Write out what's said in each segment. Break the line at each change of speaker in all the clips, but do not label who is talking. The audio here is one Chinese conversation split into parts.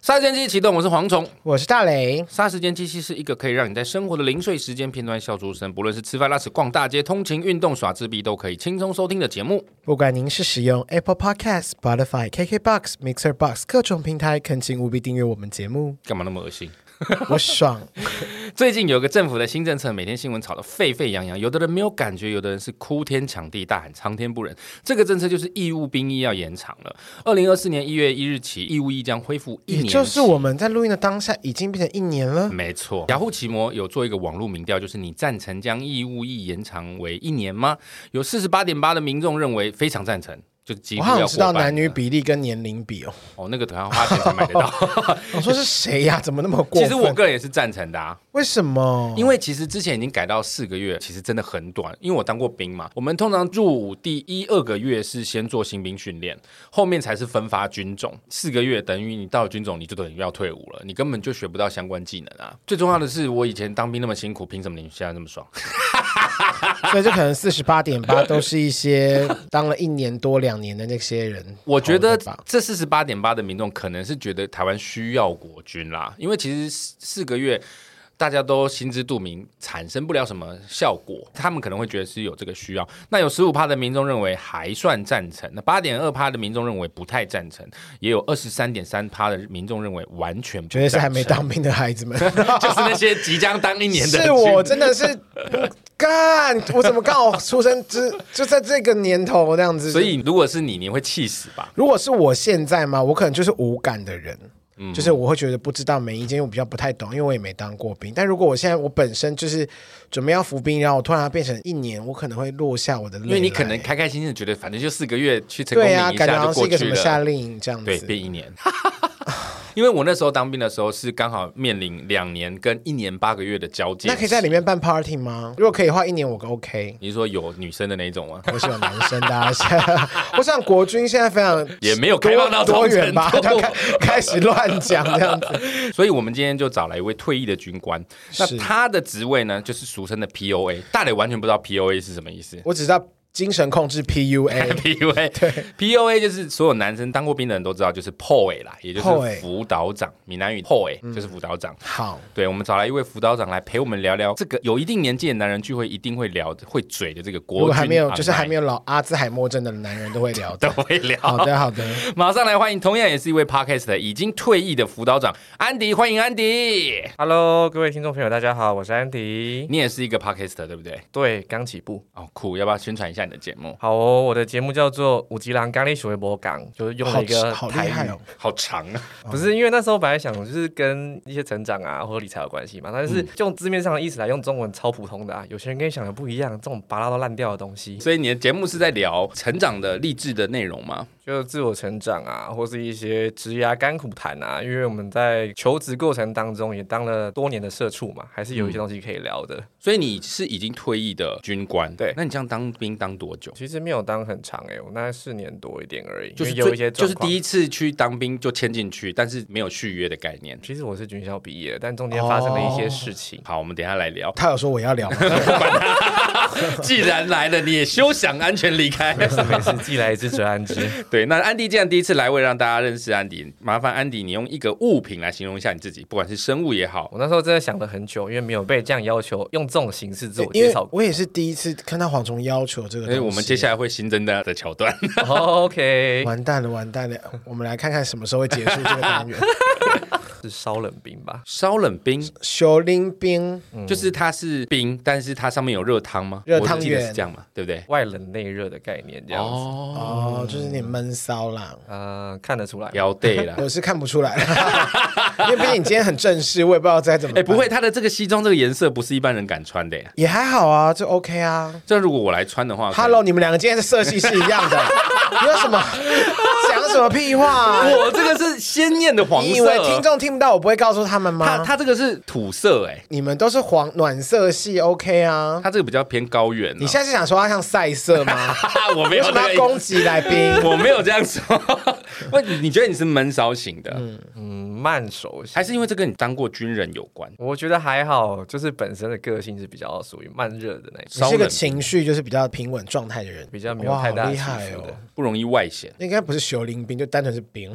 杀时间机器启动，我是蝗虫。
我是大雷，
杀时间机器是一个可以让你在生活的零碎时间片段笑出声，不论是吃饭、拉屎、逛大街、通勤、运动、耍自闭，都可以轻松收听的节目。
不管您是使用 Apple Podcast、Spotify、KKBox、Mixer Box 各种平台，恳请务必订阅我们 节目。
干嘛那么恶心？
我爽，
最近有个政府的新政策，每天新闻炒得沸沸扬扬，有的人没有感觉，有的人是哭天抢地大喊苍天不仁。这个政策就是义务兵役要延长了，二零二四年一月一日起，义务役将恢复一
也
年期。
就是我们在录音的当下已经变成一年了。
没错，雅虎奇摩有做一个网络民调，就是你赞成将义务役延长为一年吗？有四十八点八的民众认为非常赞成，就几
我
乎要
好想知
过
道
半
男女
了
比例跟年 龄比哦。
哦，那个可能要花钱才买得到。
我说是谁呀、怎么那么 过
其
分？哦
实我个人也是赞成的啊，
为什么？
因为其实之前已经改到四个月，其实真的很短。因为我当过兵嘛，我们通常入伍第一二个月是先做新兵训练，后面才是分发军种。四个月等于你到了军种，你就等于要退伍了，你根本就学不到相关技能啊。最重要的是，我以前当兵那么辛苦，凭什么你现在那么爽？
所以就可 能四十八点八都是一些当了一年多两年的那些人。
我觉得
投的吧
这四十八点八的民众可能是觉得台湾需要国军啦，因为其实四四个月大家都心知肚明，产生不了什么效果，他们可能会觉得是有这个需要。那有十五趴的民众认为还算赞成，那八点二趴的民众认为不太赞成，也有二十三点三趴的民众认为完全不
绝对是还没
赞
当兵的孩子们。
成， 就是那些即将当一年的军人。
是我真的是 干，我怎么刚好出生之就在这个年头那样子？
所以如果是你，你会气死吧？
如果是我现在嘛，我可能就是无感的人，
嗯
就是我会觉得不知道没意见，因为我比较不太懂，因为我也没当过兵。但如果我现在我本身就是准备要服兵，然后我突然变成一年，我可能会落下我的泪
因
来。
为你可能开开心心地觉得，反正就四个月去成功
对
领
啊，
一
感觉
下
好
就
像是
过
一个
去
什么
了。
夏令营这样
对，
子。
变一年。 因为我那时候当兵的时候是刚好面临两年跟一年八个月的交界，
那可以在里。面办 party 吗？如果可以的话，一年我个 OK。
你是说有女生的那一种吗？
我是有男生的、啊，现在 我想国军现在非常
也没有
多
开放到这种
多元吧，
程
就
度
开开始乱讲这 样子。
所以我们今天就找来一位退役的军官，那
是
他的职位呢，就是俗称的 POA。大磊完全不知道 POA 是什么意思。
我只知道精神控制 PUA。
PUA，PUA 就是所有男生当过兵的人都知道，就是 POA 啦，也就
后
是
卫
辅导长，闽南语
嗯
POA 就是辅导长。
好，
对，我们找来一位辅导长来陪我们聊聊这个有一定年纪的男人聚会一定会聊的、会嘴的这个国
如
军啊
果还没有
online
就是还没有老阿兹海默症的男人都会聊
都
的。
会聊。
好的， 好的。
马上来欢迎，同样也是一位 podcast 已经退役的辅导长安迪，欢迎安迪。
Hello，各位听众朋友，大家好，我是安迪。
你也是一个 podcast 对不对？
对，刚起步。
哦，酷，要不要宣传一下你的节目？
好哦，我的节目叫做《五级狼咖喱水微博港》，就是用
好
了一个
好厉
台
害
语。
哦！。
好长啊！
不是因为那时候本来想就是跟一些成长啊或者理财有关系嘛，但
嗯
是用字面上的意思来用中文超普通的啊，有些人跟你想的不一样，这种拔拉到烂掉的东西，
所以你的节目是在聊成长的励志的内容吗？
就自我成长啊，或是一些职涯甘苦谈啊。因为我们在求职过程当中也当了多年的社畜嘛，还是有一些
嗯
东西可以聊的。
所以你是已经退役的军官，
对
那你这样当兵当多久？
其实没有当很长哎、我那四年多一点而已，
就是
因为有一些
最就是
状况啊
第一次去当兵就签进去，但是没有续约的概念。
其实我是军校毕业的，但中间发生了一些
哦
事情。
好，我们等一下来聊
他有说我要聊吗，
既然来了，你也休想安全离 开。
没事，既来之则安 之。
对，那安迪既然第一次来，为了让大家认识安迪，麻烦安迪你用一个物品来形容一下你自己，不管是生物也好，
我那时候真的想了很久，因为没有被这样要求，用这种形式自我
因
介
为
绍过。
我也是第一次看到蝗虫要求这个
因为
东西。
哎我们接下来会新增的的桥段。
嗯
哦 OK，
完蛋了，完蛋了！我们来看看什么时候会结束这个单 元。
是烧冷冰吧？
烧冷冰
小林冰
就是它是冰，但是它上面有热汤吗？
热汤圆
我记得是这样嘛，对不对？
外冷内热的概念这样子。
哦，
哦，就是你闷骚啦。
呃，看得出来。
要对啦。
我是看不出来，因为毕竟你今天很正式，我也不知道该怎么
哎，
办。
不会，它的这个西装这个颜色不是一般人敢穿的呀。
也还好啊，就 OK 啊。
这如果我来穿的话可能
Hello，你们两个今天的色系是一样的，你有 什么讲什么屁话、啊
我哦这个是鲜艳的黄色。
你以为听众听不到，我不会告诉他们
他
吗？
他这个是土色哎，
你们都是黄暖色系，OK 啊？
他这个比较偏高原啊。
你现在是想说他像赛 色吗？
我没
为
有
什
那
么
个意
要
思
攻击来宾？
我没有这样说。问你，你觉得你是闷骚型的，
嗯，慢熟型
还是因为这跟你当过军人有关？
我觉得还好，就是本身的个性是比较属于慢热的那一种，
你是个情绪就是比较平稳状态的人，
比较没有
哇，好
太大的
厉
起
害
伏
哦
的。。
不容易外显。
应该不是修林兵，就单纯是兵。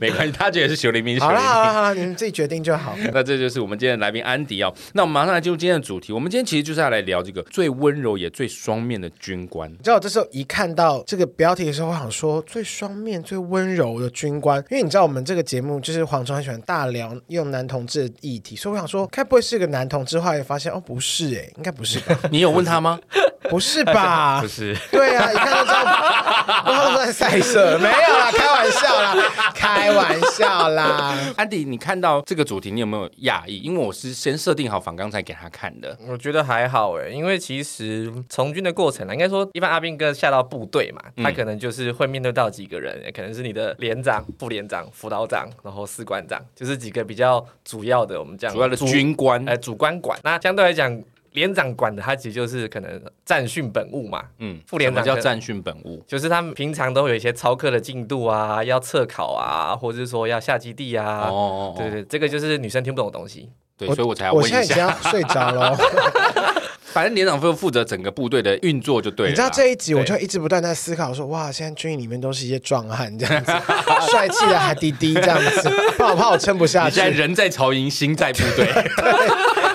没关系，他觉得是血淋淋，血
好
淋
啦好
淋。
啦好啦，你们自己决定就好。
那这就是我们今天的来宾安迪哦。那我们马上来进入今天的主题。我们今天其实就是要来聊这个最温柔也最双面的军官。
你知道我这时候一看到这个标题的时候，我想说最双面、最温柔的军官，因为你知道我们这个节目就是黄忠很喜欢大聊用男同志的议题，所以我想说，该不会是个男同志？后来发现哦，不是哎、应该不是 吧？
你有问他吗？
不是吧
不？是，
对啊，一看就知道，不知道算赛色，没有啦，开玩笑啦，开玩笑啦。
安迪，你看到这个主题，你有没有讶异？因为我是先设定好仿刚才给他看的。
我觉得还好哎，因为其实从军的过程啊，应该说一般阿兵哥下到部队嘛，
嗯
他可能就是会面对到几个人，可能是你的连长、副连长、辅导长，然后士官长，就是几个比较主要的我们讲
主要的军官，
呃主官管。那相对来讲，连长管的他其实就是可能战训本务嘛，
嗯，
副连长
什么叫
跟
战训本务。
就是他们平常都有一些操课的进度啊，要测考啊，或者是说要下基地啊。
哦，
对对，这个就是女生听不懂的东西。
对，
我
所以 我才要
我
问
现在
一
已经
下。
要睡着了哦。
反正连长负负责整个部队的运作就对了啦。
你知道这一集，我就一直不断在思考说，哇，现在军营里面都是一些壮汉这样子，帅气的海滴滴这样子，不然我怕我撑不下
你
去
现在。人在曹营，心在部 队。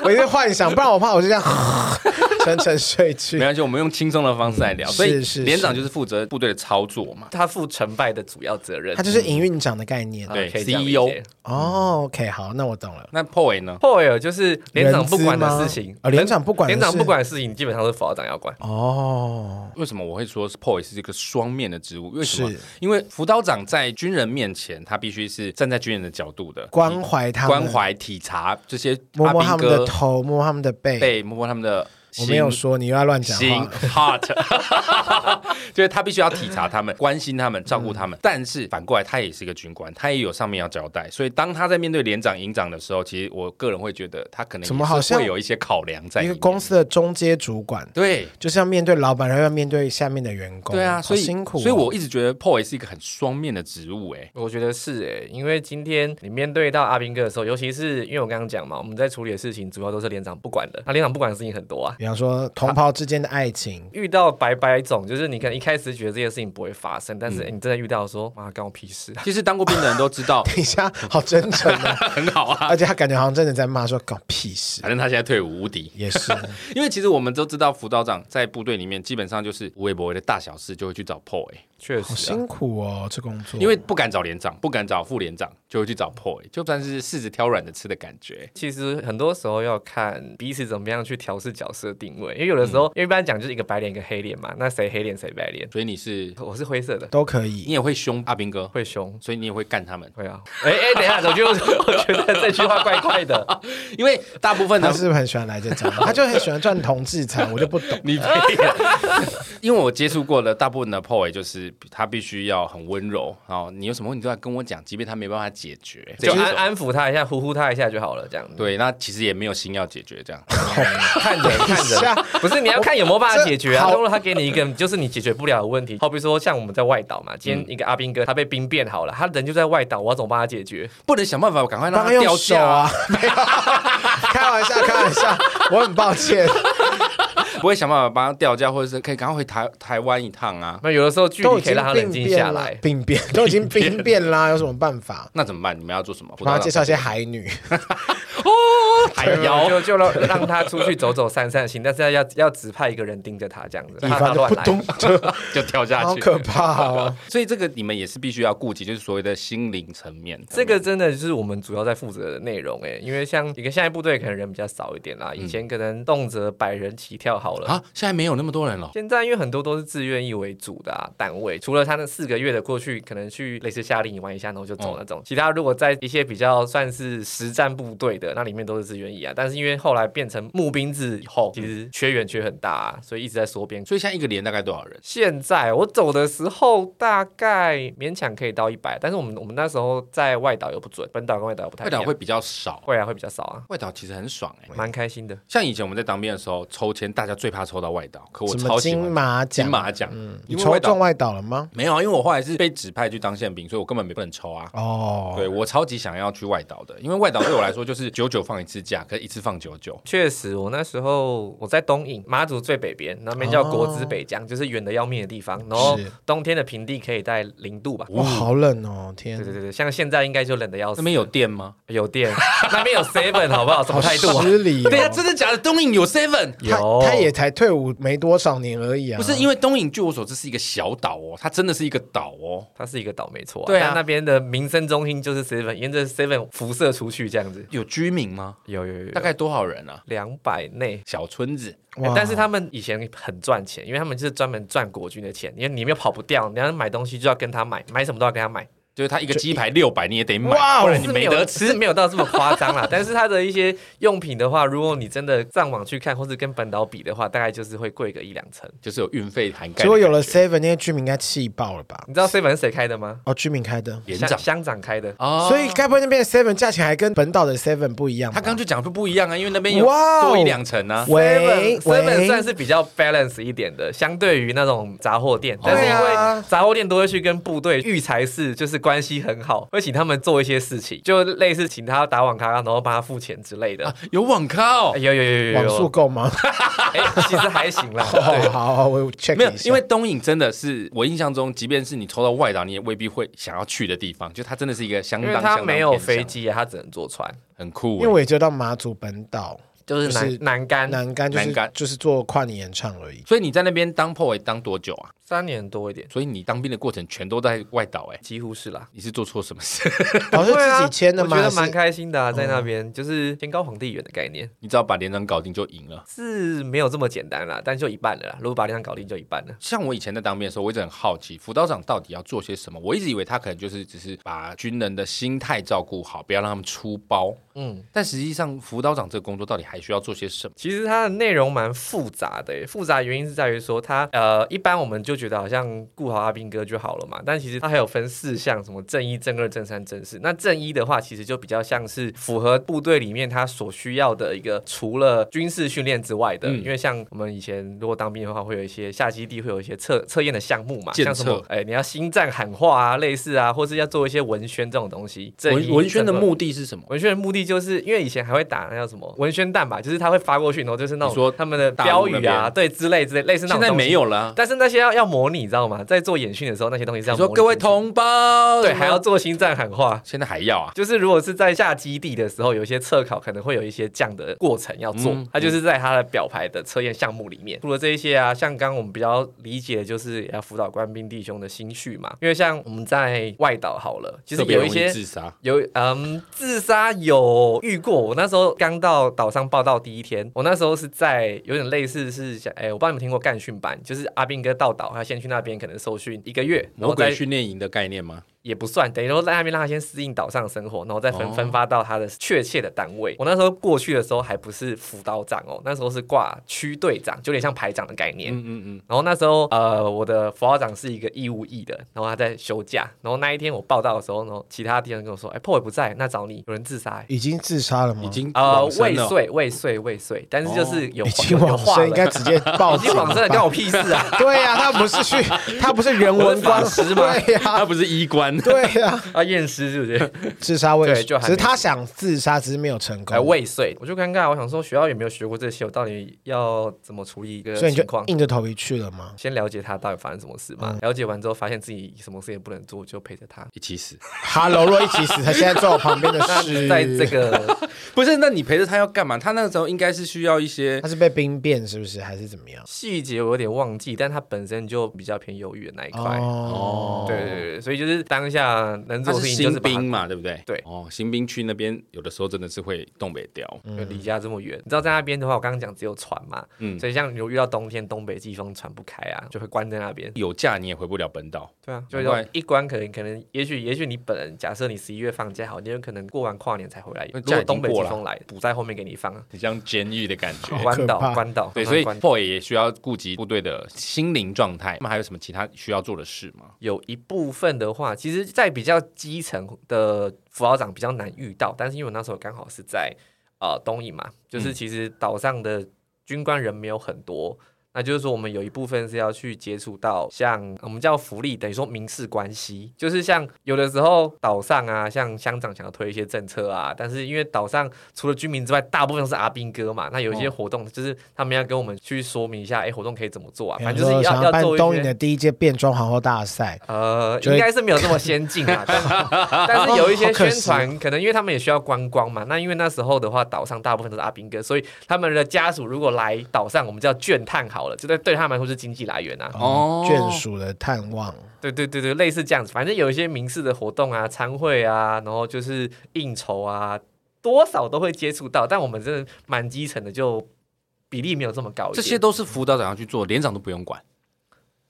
我一直幻想，不然我怕我就这样 沉沉睡
没
去。
关系，我们用轻松的方式来聊。所以
是是
连长就是负责部队的操作嘛。
他负成败的主要责任。
它就是
嗯
营运长的概念
啊
对
可以这样理
CEO
解
哦。OK，好，那我懂了。
那 Poy 呢？
后尾就是连长不管的
人资吗
事情，
哦连长不管的
连长
事
不管的事情，基本上都是辅导长要管。
哦，
为什么我会说是 Poy 是一个双面的职务？为什么
是？
因为辅导长在军人面前，他必须是站在军人的角度的
关怀他们，
关怀、体察这些
摸
阿
摸他
兵
们的
哥，
头，摸他们的背。
被摸摸他们的
我
心。
没有说，你又要乱讲
心
话。
heart，就是 他必须要体察他们、关心他们、照顾
嗯
他们。但是反过来，他也是一个军官，他也有上面要交代。所以当他在面对连长、营长的时候，其实我个人会觉得他可能
怎么好
也是
像
会有一些考量在里
一个
面
公司的中阶主管，
对。
就是要面对老板，然后要面对下面的员工。
对啊，
好
所以
辛苦哦。
所以我一直觉得 PO 也是一个很双面的职务、 哎，
我觉得是诶、因为今天你面对到阿兵哥的时候，尤其是因为我刚刚讲嘛，我们在处理的事情主要都是连长不管的，那连长不管的事情很多啊。
比方说同袍之间的爱情，
遇到白白种，就是你可能一开始觉得这件事情不会发生，但是你真的遇到说，妈，干我屁事啊！
其实当过兵的人都知 道
等 一下好真诚啊，
很好啊。
而且他感觉好像真的在骂说搞屁事，
反正他现在退伍无敌，
也 是
因为其实我们都知道，辅导长在部队里面基本上就是无微不微的大小事就会去找 PO，哎、
确
好
实、啊，
辛苦哦，这工作。
因为不敢找连长，不敢找副连长，就会去找 POY，就算是柿子挑软的吃的感觉。
其实很多时候要看彼此怎么样去调试角色定位，因为有的时候，因为一般讲就是一个白脸一个黑脸嘛，那谁黑脸谁白脸，
所以你是
我是灰色的，
都可
你
以，
也会凶阿兵哥，
会凶。
所以你也会干他们，
会啊，哎哎，等一下，我觉得我觉得这句话怪 怪的，
因为大部分
他
的
是不是很喜欢来这招？他就很喜欢赚同 志财，我就不懂。
你， 因为我接触过的大部分的 POY 就是他必须要很温柔，然后你有什么问题都要跟我讲，即便他没办法解决，这
就安
种
安抚他一下，呼呼他一下就好了，这样子。
对，那其实也没有心要解决 这样。
看人看
下
人，不是你要看有没有办法解决
这
啊。
好
如果他给你一个就是你解决不了的问题，好比说像我们在外岛嘛，今天一个阿兵哥他被兵变好了，他人就在外岛，我要怎么帮他解决？
嗯
不能想办法赶快让
帮
他
他用
掉
手
价
啊，， 没有，开玩笑，开玩笑，我很抱 歉，
不会想办法帮他掉价，或者是可以赶快回台台湾一趟啊。
那有的时候距
都
离
已
可以
经
让他冷
病
静
变
下
了
来，。
病变都已经病变啦，有什么办法？
那怎么办？你们要做什么？
帮他介绍一些海女，
海 妖，
就就让让他出去走走散散心，但是要要指派一个人盯着他这样子，
以
让他
防
乱
不
来。
懂，就
就跳下去，
好 可怕哦。
所以这个你们也是必须要顾及，就是所谓的心灵层面。
这个真的就是我们主要在负责的内容哎，因为像一个现在部队可能人比较少一点啦，以前可能动辄百人起跳好了，
嗯啊，现在没有那么多人了。
现在因为很多都是自愿意为主的、啊、单位，除了他那四个月的过去，可能去类似夏令营玩一下，然后就
嗯
走那种。其他如果在一些比较算是实战部队的，那里面都是自愿意啊。但是因为后来变成募兵制以后，其实缺员缺很大、啊，所以一直在缩编。
所以现在一个连大概多少人？
现在我走的时候，大概勉强可以到一百，但是我们我们那时候在外岛又不准，本岛跟外岛又不太一
外
样
岛会比较少，
会啊会比较少啊，
外岛其实很爽哎、
蛮开心的。
像以前我们在当兵的时候，抽签大家最怕抽到外岛，可我
什
超
么
喜
金
欢
马奖？
金
嗯
马奖，
你
因为外
抽
岛
中外岛了吗？
没有啊，因为我后来是被指派去当宪兵，所以我根本没不能抽啊。
哦，
对我超级想要去外岛的，因为外岛对我来说就是久久放一次假，可是一次放九九。
确实，我那时候我在东引马祖最北边，那边叫国
哦
子北江，就是远的要命的地方。然后
是
冬天的平地可以在零度吧。
哇，好冷哦，天
嗯对，对对对，像现在应该就冷的要
嗯
死。
那边有店吗？
有电，那边有 seven 好不好？什么
好
态度 啊？
失 礼哦。
等一下，真的假的？东影有 Seven？
他
有，
他也才退伍没多少年而已啊，
不是，因为东影据我所知是一个小岛哦，它真的是一个岛哦。
它是一个岛没错、
对啊
但那边的民生中心就是 seven，沿着 seven 辐射出去这样子。
有居民吗？
有有有有
大概多少人啊？
两百内。
小村子
哇
欸但是他们以前很赚钱，因为他们就是专门赚国军的钱，因为你们又跑不掉，你要买东西就要跟他买，买什么都要跟他买，
就是它一个鸡排六百，你也得买，
哇哦
不然你
是
没
有
得
是
吃。
没有到 这么夸张啦。但是它的一些用品的话，如果你真的上网去看，或是跟本岛比的话，大概就是会贵个一两成。
就是有运费涵盖的感觉。
结果有了 Seven，那些居民应该气爆了吧？
你知道 seven 是谁开的吗？
哦，居民开的，
连
乡
长
乡长开的，
哦
所以该不会那边的 Seven 价钱还跟本岛的 Seven 不一样吧？
他刚就讲就不一样啊，因为那边有
哇哦
多一两层啊。
喂
Seven Seven 算
喂，
是比较 balance 一点的，相对于那种杂货店，但是因
对啊
为杂货店都会去跟部队育才士就是关系很好，会请他们做一些事情，就类似请他打网咖，然后帮他付钱之类的。
啊有网咖哦
哎，有有有有
网
有
速
有，
够 吗？
哎，其实还行 啦。
哦，好，好我 check
没有
一，下。
因为东影真的是我印象中，即便是你抽到外岛，你也未必会想要去的地方，就它真的是一个相
因
当
为
相
他
当
没有
偏向
飞，机啊，他只能坐船，
很酷
因
欸。
为我也知道马祖本岛
就是
就是
南南干
南竿就是
南竿
就是做跨年演唱而已。
所以你在那边当 PO 当多久啊？
三年多一点，
所以你当兵的过程全都在外岛哎、
几乎是啦。
你是做错什么事？
哦，是
对啊
自己签的吗？
我觉得
还
蛮
是嗯
开心的啊，在那边就是天高皇帝远的概念
你只要把连长搞定就赢了。
是没有这么简单啦，但就一半了啦。如果把这样搞定，就一半了。
像我以前在当兵的时候，我一直很好奇辅导长到底要做些什么。我一直以为他可能就是只是把军人的心态照顾好，不要让他们出包。
嗯，
但实际上，辅导长这个工作到底还需要做些什么？
其实它的内容蛮复杂的耶，复杂原因是在于说它呃，一般我们就觉得好像顾好阿兵哥就好了嘛，但其实它还有分四项，什么正一、正二、正三、正四。那正一的话，其实就比较像是符合部队里面他所需要的一个，除了军事训练之外的，
嗯
因为像我们以前如果当兵的话，会有一些下基地会有一些测测验的项目嘛，
检
像什么
测
哎、你要心战喊话啊，类似啊，或是要做一些文宣这种东西。正一
文文宣的
正二
目的是什么？
文宣的目的就是因为以前还会打那叫什么文宣弹吧，就是他会发过去，然后就是那
你说
种他们的
大陆
标
那
语
边
啊，对之类之类类似那
现
种。
在没，有了啊、
但是那些要要模拟，你知道吗？在做演训的时候，那些东西是要
你说
模拟
各位
进去
同胞，
对，
什么
还要做心战喊话。
现在还要啊？
就是如果是在下基地的时候，有一些测考可能会有一些这样的过程要做，
嗯
它就是在它的表牌的测验项目里面。除了这一些啊，像刚刚我们比较理解的就是要辅导官兵弟兄的心绪嘛，因为像我们在外岛好了，其实
特别
有
容
一
易
些
自杀，
有嗯，自杀有遇过。我那时候刚到岛上报道第一天，我那时候是在有点类似是想，哎、我不知道你们听过干训班，就是阿兵哥到岛，他先去那边可能受训一个月，然
魔
后再
鬼训练营的概念吗？
也不算，等于说在那边让他先适应岛上的生活，然后再分
哦
分发到他的确切的单位。我那时候过去的时候还不是辅导长哦，那时候是挂区队长，就有点像排长的概念。
嗯嗯嗯，
然后那时候，呃，我的辅导长是一个义务役的，然后他在休假。然后那一天我报道的时候，然后其他敌人跟我说：“哎、破伟不在，那找你，有人自杀、欸。
已经自杀了吗？
已经
呃，
往
哦
生
未
了
遂，未遂，未遂，但是就是有、
已经
有有
哦往
话
生，
了，
应该直接报
已
警
经
了
往生了，
吧
关我屁事啊！
对呀、他不是 去，他不是人文关
我是法师吗
对呀、
他不是医 官，
对呀、
啊，验尸是不是？
自杀未遂，
对就还
只
没
是他想自杀，只是没有成功
哎，，未遂，我就尴尬，我想说学校有没有学过这些，我到底要怎么处理一个
所以你
情
就
况？
硬着头皮去了吗？
先了解他到底发生什么事嘛，
嗯
了解完之后发现自己什么事也不能做，就陪着他。
一起死。
哈喽，若一起死，他现在坐我旁边的
那
是，
在这个
不是，那你陪着他要干嘛？他那时候应该是需要一些
他是被兵变是不是，还是怎么样？
细节我有点忘记，但他本身就比较偏忧郁的那一块。
哦，
对对对，所以就是当下能
他
做的
是
事情就
新
是把他
兵嘛，对不对？
对
哦，新兵去那边有的时候真的是会东北掉，
就呃离家这么远，你知道在那边的话，我刚刚讲只有船嘛，
嗯
所以像如果遇到冬天东北季风船不开啊，就会关在那边。
有假你也回不了本岛。
对啊，就
难怪
是一关可能可能，也许也许你本人假设你十一月放假好，你有可能过完跨年才回来。
那
如
假已
果
经
东北季
过了
风来，补在后面给你放啊。
很像监狱的感觉。
关岛
可怕
关岛，
对，
关
所以
关
Boy 也需要顾及部队的心灵状态。那么还有什么其他需要做的事吗？
有一部分的话，其实，在比较基层的辅导长比较难遇到，但是因为我那时候刚好是
嗯
在呃东引嘛，就是其实岛上的军官人没有很多，那就是说我们有一部分是要去接触到像呃我们叫福利，等于说民事关系，就是像有的时候岛上啊，像乡长想要推一些政策啊，但是因为岛上除了居民之外，大部分都是阿兵哥嘛，那有
哦
一些活动就是他们要跟我们去说明一下，哎、活动可以怎么做啊，
比
反
方
正就
说
是
想
要
要
要
办
做
东
一
影
些
的。第一届变装皇后大赛，
呃，
就会
应该是没有这么先进 啊，但但是有一些
好可
宣
惜
传，可能因为他们也需要观光嘛。那因为那时候的话，岛上大部分都是阿兵哥，所以他们的家属如果来岛上，我们叫倦探好了，这对对他们来说是经济来源啊。
哦
嗯眷属的探望，
对对对对，类似这样子，反正有一些民事的活动啊、参会啊，然后就是应酬啊，多少都会接触到，但我们真的蛮基层的，就比例没有这么高一点。
这些都是辅导长要去做，连长都不用管。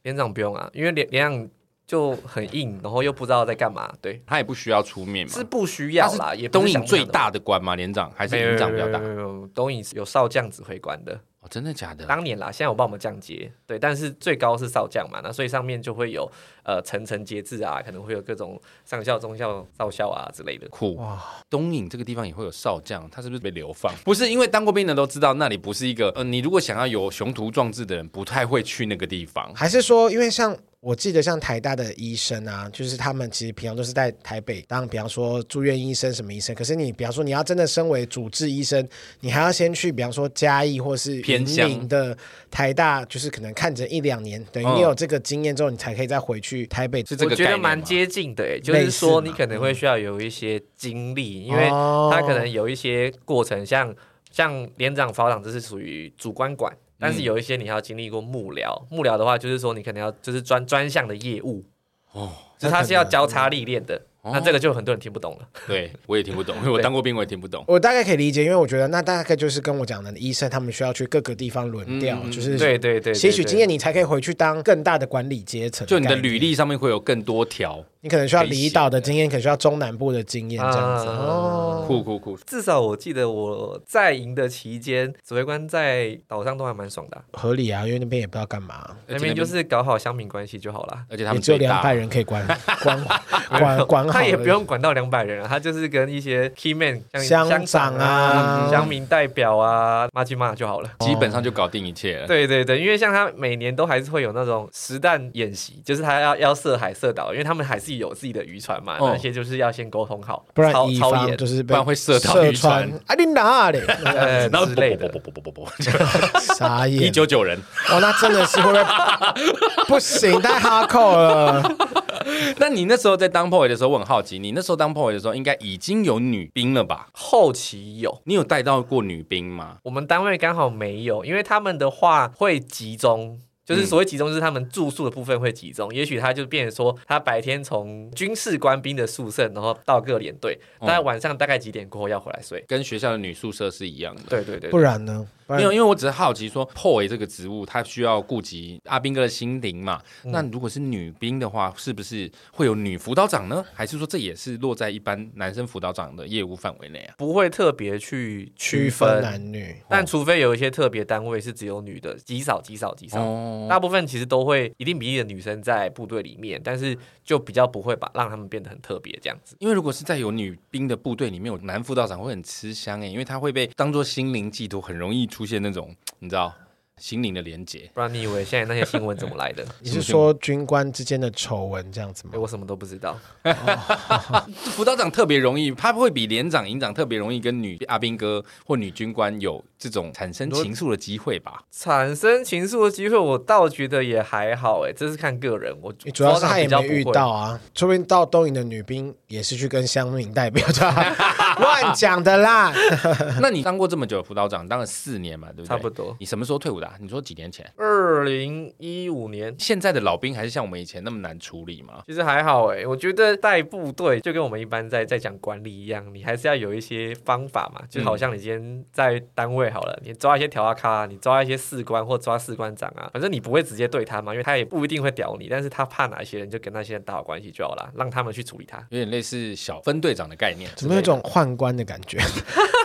连长不用啊，因为连连长就很硬，然后又不知道在干嘛，对。
他也不需要出面嘛。
是不需
他
要啦，
是
也不
东
是
影
想
最
象的
大的官吗？连长还是营长比较大
没？有没有没有没有东影有少将指挥官的，
哦，真的假的？
当年啦，现在我帮我们降阶，对，但是最高是少将嘛，那所以上面就会有呃层层节制啊，可能会有各种上校、中校、少校啊之类的。
酷
哇
东影这个地方也会有少将，他是不是被流放？不是，因为当过兵的都知道，那里不是一个呃，你如果想要有雄图壮志的人，不太会去那个地 方。
还是说，因为像我记得像台大的医生啊，就是他们其实平常都是在台北当，比方说住院医生什么医生。可是你比方说你要真的身为主治医生，你还要先去比方说嘉义或是
偏
云
乡
林的台大，就是可能看着一两年，等于
嗯
你有这个经验之后，你才可以再回去台北。
是这个
我觉
概
得
念
蛮
吗
接近的、欸，就
类
是
似
说
嘛嗯
你可能会需要有一些经历，因为他可能有一些过程，像像连长、法长，这是属于主观管，
嗯
但是有一些你要经历过幕僚，幕僚的话就是说你可能要就是专专项的业务，
哦，
就是他是要交叉历练的，
哦
那这个就很多人听不懂了。
对我也听不懂，因为我当过兵，我也听不 懂。
我大概可以理解，因为我觉得那大概就是跟我讲的医生，他们需要去各个地方轮调，
嗯嗯嗯
就是
对对对，
吸取经验，
对。
你才可以回去当更大的管理阶层。
就你的履，历上面会有更多条，
你可能需要
可以写
离岛的经验，可能需要中南部的经验这样子。
啊
哦，
酷酷酷！
至少我记得我在营的期间，指挥官在岛上都还蛮爽的啊、
合理啊，因为那边也不知道干嘛，
而且
那边就是搞好乡民关系就好啦。
而且他
也
们
只
最
有两
大
百人可以管管管管好，
啊他也不用管到两百人啊，他就是跟一些 key man 像
乡长啊
长乡民代表啊，骂去骂就好了。
哦
基本上就搞定一切了。
对对对，因为像他每年都还是会有那种实弹演习，就是他要要涉海涉岛，因为他们还是有自己的渔船嘛，
哦
那些就是要先沟通好，
不然
超
以
超
防
严
就，是
不
被
然会射到
射
渔船
穿。啊，你哪里？
呃
然后
之类的。
不不不不不不，
傻
一
眼！
九九人。
哦，那真的是会不会不行？太哈扣了。
那你那时候在当 POY 的时候，我很好奇，你那时候当 POY 的时候，应该已经有女兵了吧？
后期有，
你有带到过女兵吗？
我们单位刚好没有，因为他们的话会集中。就是所谓集中，就是他们住宿的部分会集中，也许他就变成说，他白天从军事官兵的宿舍，然后到各连队，
嗯
大概晚上大概几点过后要回来睡。
跟学校的女宿舍是一样的。
对对对
不，然呢？不然
没有，因为我只是好奇说，POY 这个职务，它需要顾及阿兵哥的心灵嘛？
嗯
那如果是女兵的话，是不是会有女辅导长呢？还是说这也是落在一般男生辅导长的业务范围内啊？
不会特别去
区
区
分啊
分，
男女，
但除非有一些特别单位是只有女的，极少极少极少。
哦，
大部分其实都会一定比例的女生在部队里面，但是就比较不会把让他们变得很特别这样子。
因为如果是在有女兵的部队里面，有男辅导长会很吃香哎，因为他会被当做心灵寄托，很容易出现那种你知道心灵的连结。
不然你以为现在那些新闻怎么来的？
你是
嗯
说军官之间的丑闻这样子吗
哎？我什么都不知道。
辅导长特别容易，他会比连长、营长特别容易跟女阿兵哥或女军官有这种产生情愫的机会吧？
产生情愫的机会，我倒觉得也还好，哎，这是看个人。我
主要是他也
比较
没
不会
遇到啊，说不定到东营的女兵也是去跟乡民代表啊 乱讲的啦。
那你当过这么久的辅导长，当了四年嘛，对不对？
差不多。
你什么时候退伍的啊、你说几年前？
二零一五年。
现在的老兵还是像我们以前那么难处理吗？
其实还好哎，我觉得带部队就跟我们一般在在讲管理一样，你还是要有一些方法嘛。就
嗯
好像你今天在单位好了，你抓一些调啊咖啊，你抓一些士官或抓士官长啊，反正你不会直接对他嘛，因为他也不一定会屌你，但是他怕哪些人就跟那些人打好关系就好了，让他们去处理他。
有点类似小分队长的概念。
怎么有一种宦官的感觉，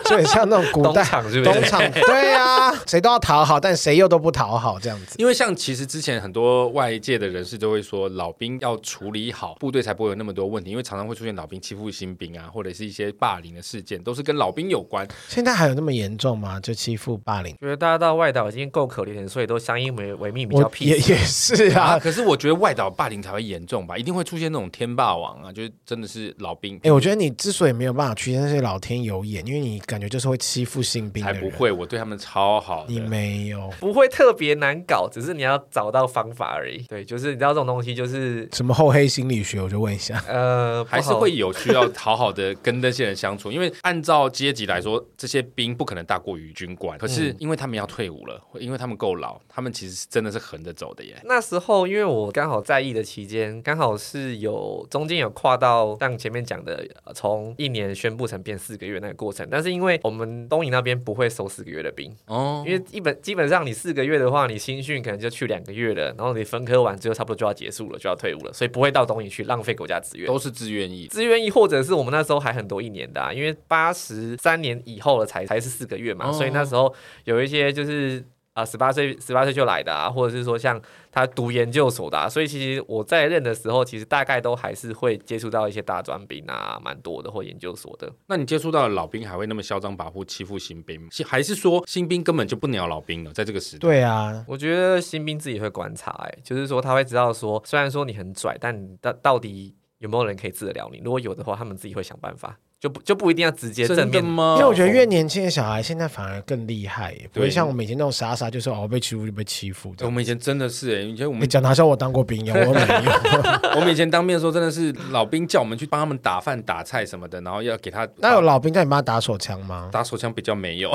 就很像那种古
东
代
厂是不
东
是？
厂，对啊，谁都要讨好，但谁又都不讨好，这样子。
因为像其实之前很多外界的人士都会说，老兵要处理好部队才不会有那么多问题，因为常常会出现老兵欺负新兵啊，或者是一些霸凌的事件，都是跟老兵有 关。
现在还有那么严重吗？就欺负霸凌？
觉得大家到外岛已经够可怜了，所以都相依为为命比较
我也
peace。
也是
啊，
啊。
可是我觉得外岛霸凌才会严重吧，一定会出现那种天霸王啊，就是真的是老兵。
哎、我觉得你之所以没有办法去，那是老天有眼，因为你感觉就是会欺负新兵
才
的人，
不会，我对他们超好
你
的。
没有
不会特别难搞，只是你要找到方法而已。对，就是你知道这种东西，就是
什么厚黑心理学，我就问一下。
呃，不
还是
好
会有需要好好的跟那些人相处，因 为按照阶级来说，这些兵不可能大过于军官。可
嗯
是因为他们要退伍了，因为他们够老，他们其实是真的是横着走的耶。
那时候，因为我刚好在役的期间，刚好是有中间有跨到像前面讲的，呃从一年宣布成变四个月那个过程。但是因为我们东营那边不会收四个月的兵，
哦
因为基本基本上你四个月的话，你新训可能就去两个月了，然后你分科完之后差不多就要结束了，就要退伍了，所以不会到东营去浪费国家资源。
都是自愿意。
自愿役，或者是我们那时候还很多一年的、啊，因为八十三年以后了才才是四个月嘛，
哦
所以那时候有一些就是啊，十八岁十八岁就来的啊，或者是说像他读研究所的、啊，所以其实我在任的时候，其实大概都还是会接触到一些大专兵啊，蛮多的或研究所的。
那你接触到的老兵还会那么嚣张跋扈欺负新兵吗？是还是说新兵根本就不鸟老兵了？在这个时代，
对啊，
我觉得新兵自己会观察、欸，就是说他会知道说，虽然说你很拽，但你到到底有没有人可以治得了你？如果有的话，他们自己会想办法，就不就不一定要直接正
真的
面
吗？
因为我觉得越年轻的小孩现在反而更厉害耶，不会
哦对
像我们以前那种傻傻就说哦被欺负就被欺负
我
这样。
们以前真的是、欸，以前我
你
们
讲的好像我当过兵一样，我没有。
我们以前当面的时候，真的是老兵叫我们去帮他们打饭、打菜什么的，然后要给他
那有老兵在你妈打手枪 吗？
打手枪比较没有。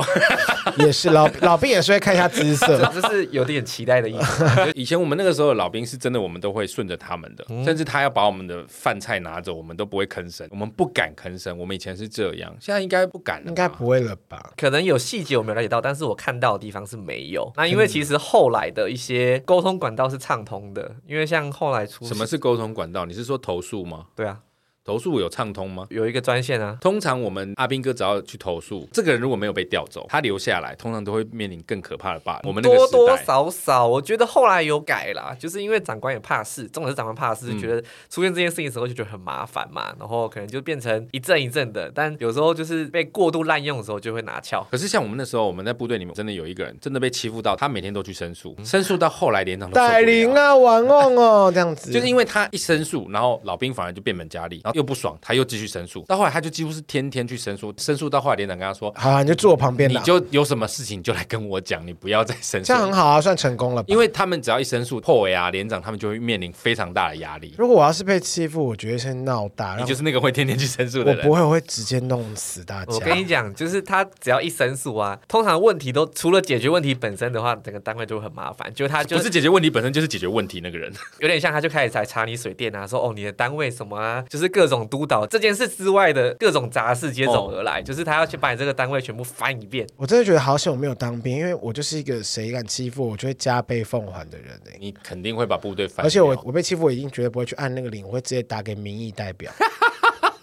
也是老老兵也是会看一下姿 色。
这是有点期待的意思。
以前我们那个时候的老兵是真的，我们都会顺着他们的，甚至他要把我们的饭菜拿走，我们都不会吭声，我们不敢吭声。我们以前是这样，现在应该不敢了，
应该。不会了吧？
可能有细节我没有了解到，但是我看到的地方是没有。那因为其实后来的一些沟通管道是畅通的，因为像后来出
什么是沟通管道？你是说投诉吗？
对啊，
投诉有畅通吗？
有一个专线啊，
通常我们阿兵哥只要去投诉，这个人如果没有被调走，他留下来，通常都会面临更可怕的霸凌。我们那个
多
时代，
多少少，我觉得后来有改啦，就是因为长官也怕事，重点是长官怕事，觉
嗯
得出现这件事情的时候就觉得很麻烦嘛，然后可能就变成一阵一阵的，但有时候就是被过度滥用的时候就会拿翘。
可是像我们那时候，我们在部队里面真的有一个人真的被欺负到，他每天都去申诉，申诉到后来连长都受不了
歹灵啊，玩弄哦，这样子。
就是因为他一申诉，然后老兵反而就变本加厉，然后又不爽，他又继续申诉，到后来他就几乎是天天去申诉，申诉到后来连长跟他说
好、啊，你就坐我旁：“边
你
啦，
就有什么事情你就来跟我讲，你不要再申诉
这。样”很好啊，算成功了吧。
因为他们只要一申诉破围啊，连长他们就会面临非常大的压力。
如果我要是被欺负，我绝对是闹大，
你
然后
就是那个会天天去申诉
啊我
的人
不。会，我会直接弄死大
啊
我跟
家
你。讲，就是他只要一申诉啊，通常问题都除了解决问题本身的话，整个单位就会很麻烦。就他就
不是解决问题本身，就是解决问题那个人。
有点像，他就开始来查你水电啊，说哦你的单位什么啊，就是各种督导这件事之外的各种杂事接踵而
哦
来，就是他要去把你这个单位全部翻一遍。
我真的觉得好险我没有当兵，因为我就是一个谁敢欺负我，我就会加倍奉还的人、欸、
你肯定会把部队翻掉。
而且我我被欺负，我一定绝对不会去按那个铃，我会直接打给民意代表，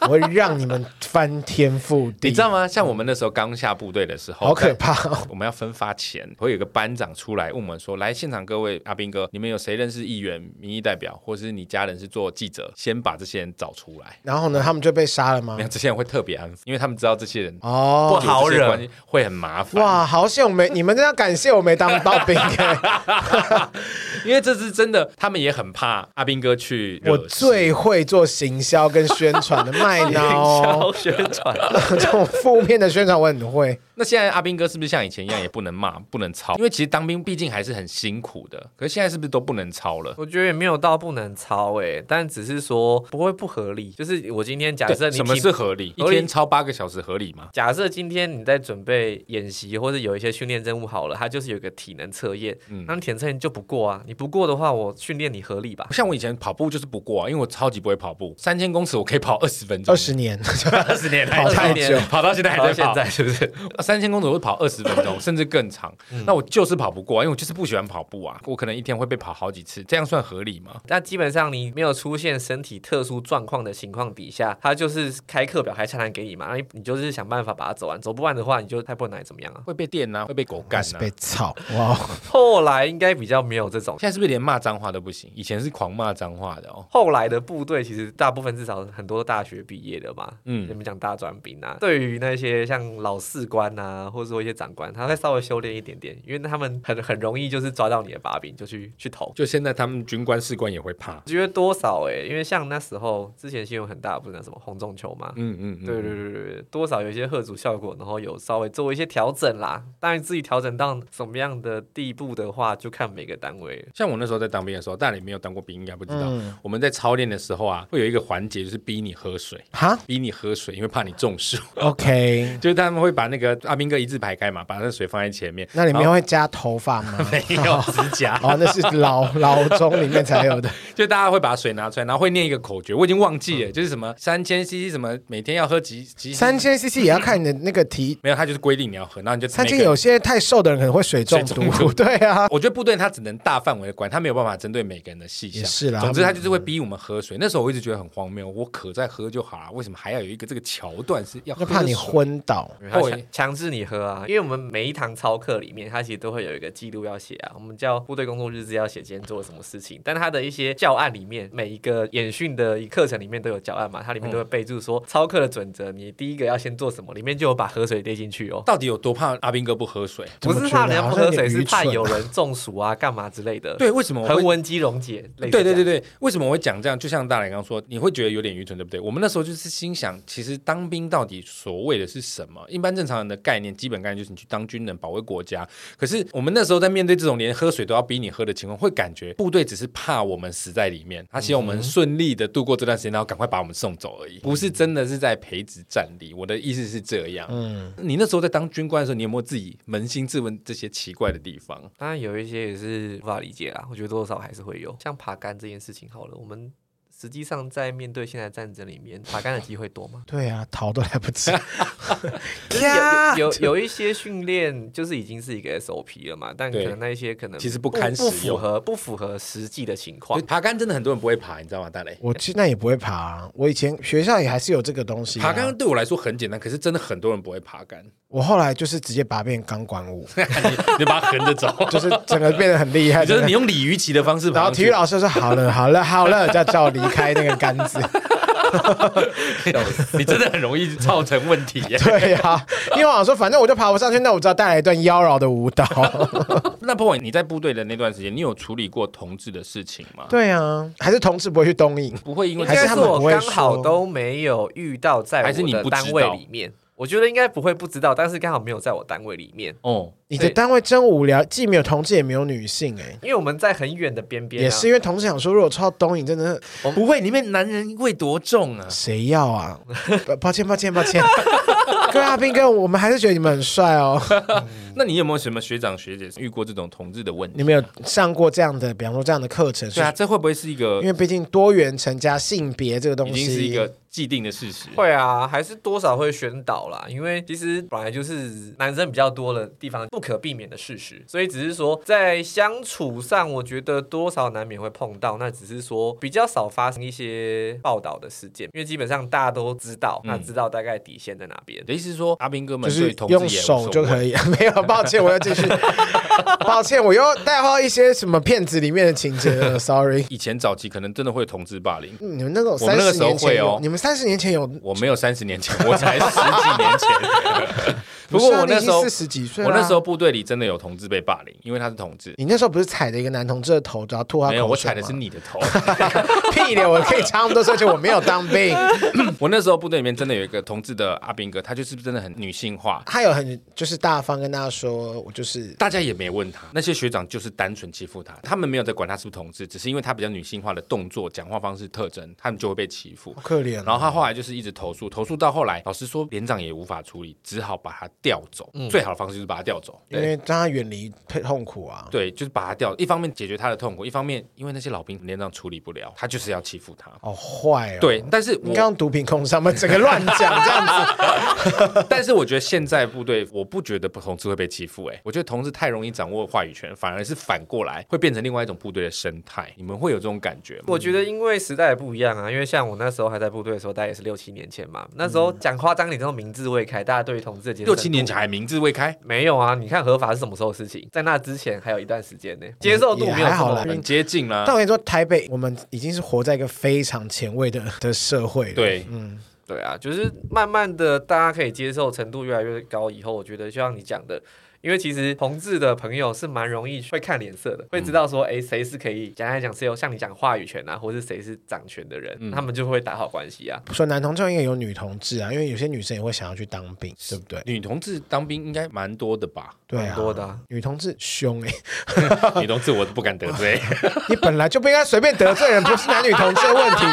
我会让你们翻天覆地，
你知道吗？像我们那时候刚下部队的时候，
好可怕 哦、
我们要分发前，会有一个班长出来问我们说：“来，现场各位阿兵哥，你们有谁认识议员、民意代表，或是你家人是做记者？先把这些人找出来。
然后呢，他们就被杀了吗
没？有，这些人会特别安抚，因为他们知道这些人
哦，
哦不好
有这些
惹
关系会很麻烦。
哇，好险我没，你们真的要感谢我没当到兵、欸。
因为这是真的，他们也很怕阿兵哥去惹
我
事
最会做行销跟宣传的卖 脑，哦
营销宣传，
这种负面的宣传我很会。
那现在阿兵哥是不是像以前一样也不能骂、不能操？因为其实当兵毕竟还是很辛苦的，可是现在是不是都不能操了？
我觉得也没有到不能抄哎、但只是说不会不合理。就是我今天假设
对
你
什么
体
是合理？一
合理
天超八个小时合理吗？
假设今天你在准备演习或者有一些训练任务好了，它就是有一个体能测验，
嗯
那你体能测验就不过啊，你不过的话，我训练你合理吧？
像我以前跑步就是不过、啊，因为我超级不会跑步，三千公尺我可以跑二十分钟，
二十年，
二十年
跑太久
跑到现在还
到
在
现
跑，
在是不是？
三千公尺我会跑二十分 钟，甚至更长。那我就是跑不过、啊，因为我就是不喜欢跑步啊。我可能一天会被跑好几次，这样算合理吗？
但基本上你没有出现身体特殊状况的情况底下，他就是开课表还下单给你嘛，那你你就是想办法把它走完，走不完的话，你就太不能怎么样啊。
会被电啊，会被狗干
是
啊。
被操哇！哦
后来应该比较没有这种。
现在是不是连骂脏话都不行？以前是狂骂脏话的哦。
后来的部队其实大部分至少很多大学毕业的嘛，
嗯
嗯，你们讲大专兵啊，对于那些像老士官啊，或者说一些长官，他会稍微修炼一点点，因为他们很很容易就是抓到你的把柄就去去投，
就现在他们军官士官也会怕。
我觉得多少哎、因为像那时候之前新闻很大，不是那什么红中球嘛，
嗯嗯嗯，
对对对对对，多少有一些贺主效果，然后有稍微做一些调整啦。当然自己调整到什么样的地步的话，就看每个单位了。
像我那时候在当兵的时候，但你没有当过兵，应该不知道。
嗯
我们在操练的时候啊，会有一个环节就是逼你喝水，
哈
逼你喝水，因为怕你中暑。
，OK，
就是他们会把那个阿兵哥一字排开嘛，把那水放在前面。
那里面
然后
会加头发吗？
没有 指甲，
哦，那是老老中里面才有的。
就大家会把水拿出来，然后会念一个口诀，我已经忘记了，就是什么三千 CC 什么，每天要喝几几
嗯三。千 CC 也要看你的那个题。
没有，他就是规定你要喝，然后你就
三千
每个
有些太瘦的人可能会水中
水中
毒， 对 啊。
我觉得部队他只能大范围的管，他没有办法针对每个人的细项。
也是啦
总之他就是会逼我们喝水。那时候我一直觉得很荒谬，我渴再喝就好了，为什么还要有一个这个桥段是要喝
就
水？
怕你昏倒，
因为他
会
强强制你喝啊，因为我们每一堂操课里面，它其实都会有一个记录要写啊，我们叫部队工作日志要写今天做了什么事情。但它的一些教案里面，每一个演训的一课程里面都有教案嘛，它里面都会备注说操课的准则，你第一个要先做什么，里面就有把喝水列进去哦。
到底有多怕阿兵哥不喝水？
怎
不
么
是
觉
怕
得
人家
好
不
像
喝
有点
水，是
愚
怕
蠢？
有人中暑啊，干嘛之类的。
对，为什么我会
恒温机溶解，类似
对
这
对
样
对对，为什么我会讲这样？就像大磊刚说，你会觉得有点愚蠢，对不对？我们那时候就是心想，其实当兵到底所谓的是什么？一般正常人的概念，基本概念就是你去当军人，保卫国家。可是我们那时候在面对这种连喝水都要逼你喝的情况，会感觉部队只是怕我们死在里面，他希望我们顺利的度过这段时间，然后赶快把我们送走
嗯
而已，不是真的是在培植战力。我的意思是这样。嗯，你那时候在当军官的时候，你有没有自己扪心自问这些奇怪的地方？
当然有一些也是无法理解啦，我觉得多少还是会有。像爬杆这件事情，好了，我们实际上在面对现在战争里面，爬杆的机会多吗
对啊，逃都来不及。
就是
啊
有有有有一些训练就是已经是一个 SOP 了嘛，但可
对
能那一些可能
其实不堪
不
使用
符合不符合实际的情况
就。爬杆真的很多人不会爬，你知道吗，大磊？
我现在也不会爬啊、我以前学校也还是有这个东西、啊。
爬杆对我来说很简单，可是真的很多人不会爬杆，
我后来就是直接把它变成钢管舞，
你你把它横着走，
就是整个变得很厉害。
你就是
真
你
的
用鲤鱼鳍的方式
然
爬
后
上
体
去。
育老师说：“好了，好了，好了，叫叫我离开那个杆子。
你真的很容易造成问题” 耶。
对呀、啊，因为我想说，反正我就爬不上去，那我就要带来一段妖娆的舞蹈。
那不管你在部队的那段时间，你有处理过同志的事情吗？
对啊，还是同志不会去东影。
不会因为
应
还
该
是他
是
们
我
不会
刚好
说
都没有遇到在
还是
我
你
的
不知
单位
道
里面，我觉得应该不会不知道，但是刚好没有在我单位里面。
哦，
你的单位真无聊，既没有同志，也没有女性、哎。
因为我们在很远的边边、啊，
也是因为同事想说，如果抽到东影，真的是
不会，里面男人味多重啊？
谁要啊？呃抱歉，抱歉，抱歉。 各位阿兵哥，我们还是觉得你们很帅 哦。
那你有没有什么学长学姐遇过这种同志的问题？
你们有上过这样的，比方说这样的课程？
对啊，这会不会是一个
因为毕竟多元成家性别这个东
已
西，
经是一个既定的事实？
会啊，还是多少会宣导啦，因为其实本来就是男生比较多的地方，不可避免的事实。所以只是说在相处上，我觉得多少难免会碰到，那只是说比较少发生一些报道的事件，因为基本上大家都知道，
嗯
那知道大概底线在哪边
你。的意思是说，阿兵哥
就
们对
是
同志也
用
无所
手
谓
就可以。 没有，抱歉，我 要继续。抱歉，我又带到一些什么骗子里面的情节 了，sorry。
以前早期可能真的会有同志霸凌，
嗯你们那个
我们
三
那个
十
时候
年前
会哦
有，你们三十年前有，
我没有三十年前，我才十几年前。 不过我那时候
四十几岁啦，啊
我那时候部队里真的有同志被霸凌，因为他是同志。
你那时候不是踩着一个男同志的头，然后吐他口
没有，我
水
踩的
吗
是你的头。
屁的，我可以差那么多岁，而且我没有当兵。
我那时候部队里面真的有一个同志的阿兵哥，他就是真的很女性化，
他有很就是大方跟大家说，我就是
大家也没没问他，那些学长就是单纯欺负他，他们没有在管他是不是同志，只是因为他比较女性化的动作、讲话方式特征，他们就会被欺负
好。可怜、哦。
然后他后来就是一直投诉，投诉到后来，老师说连长也无法处理，只好把他调走。最好的方式就是把他调走，
嗯因为让他远离痛苦啊。
对，就是把他调。一方面解决他的痛苦，一方面因为那些老兵连长处理不了，他就是要欺负他。
好坏哦。，
对，但是
你
我
刚刚毒品控制他们整个乱讲 这样子，
但是我觉得现在部队，我不觉得同志会被欺负、欸，我觉得同志太容易掌握话语权，反而是反过来会变成另外一种部队的生态。你们会有这种感觉吗？
我觉得因为时代也不一样啊，因为像我那时候还在部队的时候，大概也是六七年前嘛。那时候
嗯
讲夸张点，这种名字未开，大家对于同志的接受
六
程度
七年前还明智未开，
没有啊？你看合法是什么时候的事情？在那之前还有一段时间呢，接受度没
也
有
还
这
好啦
么
嗯
很接近
但
啦。
我跟你说，台北我们已经是活在一个非常前卫的的社会了。
对，
对啊，就是慢慢的大家可以接受程度越来越高以后，我觉得就像你讲的。因为其实同志的朋友是蛮容易会看脸色的，会知道说，哎、谁是可以简单来讲是有像你讲话语权啊，或是谁是掌权的人，他们就会打好关系啊。
说男同志应该有女同志啊，因为有些女生也会想要去当兵，对不对？
女同志当兵应该蛮多的吧？
对
蛮
啊，
多的啊
女同志凶哎、
女同志我都不敢得罪。
你本来就不应该随便得罪人，不是男女同志的问 题，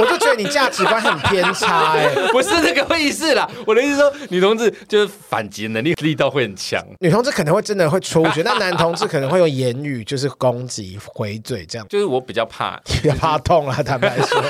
我就觉得你价值观很偏差哎、
不是这个意思啦，我的意思说，女同志就是反击能力力道会很强。
女同志可能会真的会出血，但男同志可能会用言语就是攻击、回嘴这样，
就是我比较怕。
也怕痛啊。坦白 说，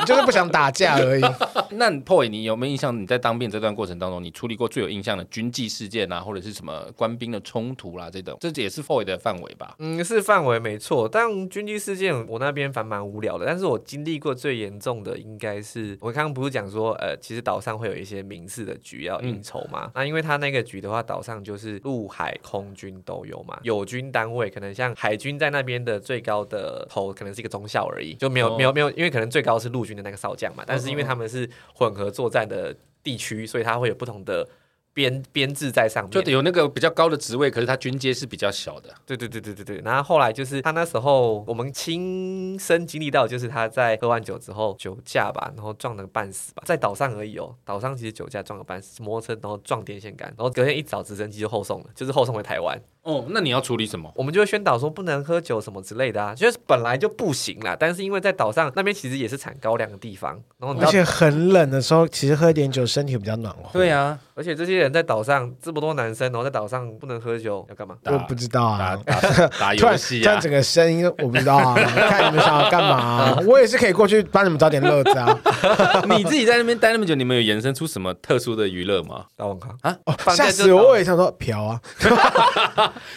你就是不想打架而已。
那 Poy，你有没有印象？你在当兵这段过程当中，你处理过最有印象的军纪事件啊，或者是什么官兵的冲突啦、这种，这也是 Poy 的范围吧？
嗯，是范围没错，但军机事件我那边反蛮无聊的。但是我经历过最严重的应该是，我刚刚不是讲说，呃，其实岛上会有一些民事的局要
嗯
应酬嘛。那因为他那个局的话，岛上就是陆海空军都有嘛，友军单位可能像海军在那边的最高的头可能是一个中校而已，就没有、
哦嗯
没有没有，因为可能最高是陆军的那个少将嘛，但是因为他们是混合作战的地区，所以他会有不同的。编编制在上面，
就有那个比较高的职位，可是他军阶是比较小的。
对对对对对对，然后后来就是他那时候我们亲身经历到，就是他在喝完酒之后酒驾吧，然后撞了个半死吧，在岛上而已哦，岛上其实酒驾撞了半死，摩托车然后撞电线杆，然后隔天一早直升机就后送了，就是后送回台湾，
哦，那你要处理什么？
我们就会宣导说不能喝酒什么之类的啊，就是本来就不行啦，但是因为在岛上那边其实也是产高粱的地方，然后
而
你知道，
且很冷的时候，其实喝一点酒，身体比较暖和。
对啊，
而且这些人在岛上这么多男生，然哦后在岛上不能喝酒要干嘛？
我不知道
打
啊。
打打
突
游
然，
戏
突然
啊
整。个声音，我不知 道啊，看你们想要干嘛啊、我也是可以过去帮你们找点乐子啊。
你自己在那边待那么久，你们有延伸出什么特殊的娱乐吗？
打网咖，
哦
放假
吓
就
死我！我也想说嫖啊，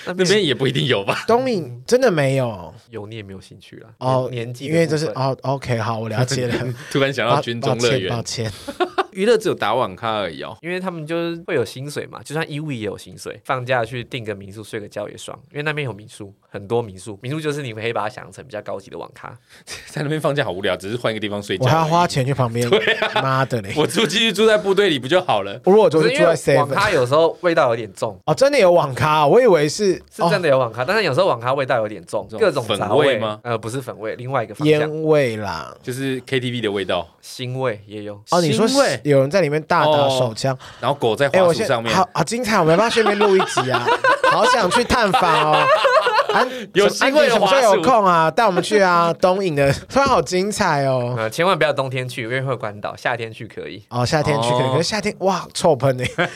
那边也不一定有吧。
东影真的没有
有你也没有兴趣啦。
哦，
年年纪的
因为这是
部分
哦，OK，好，我了解 了。
突然想到军中乐
抱
园，
歉，抱歉
娱乐只有打网咖而已哦。
因为他们就是会有薪水嘛，就算义务也有薪水，放假去订个民宿睡个觉也爽，因为那边有民宿，很多民宿，民宿就是你可以把它想成比较高级的网咖，
在那边放假好无聊，只是换一个地方睡觉
我
而已。
还要花钱去旁边，妈的嘞！
我住继续住在部队里不就好了？
我如果昨
可啊是
天
因
住
为
在
网
seven，
咖有时候味道有点重。
哦，真的有网咖，我以为是
是真
哦
的有网咖，但是有时候网咖味道有点重，
这种
各种
粉
杂
味吗
呃，不是粉味，另外一个
哦
方向，
烟味啦。
就是 KTV 的味道，
腥味也有。
哦，你说
腥味
有人在里面大
哦
打手枪？
然后狗在
哎，
花
我
束
现
上面，
好好精彩，我们要不要顺便录一集啊？好想去探访 哦。安
有
什么
腥味的
安迪什么时
花
候
束
有空啊？带我们去啊！东影的，突然好精彩哦。
呃，千万不要冬天去，因为会有关岛，夏天去可以。
哦，夏天去可以，
哦
可是夏天哇，臭喷欸呢，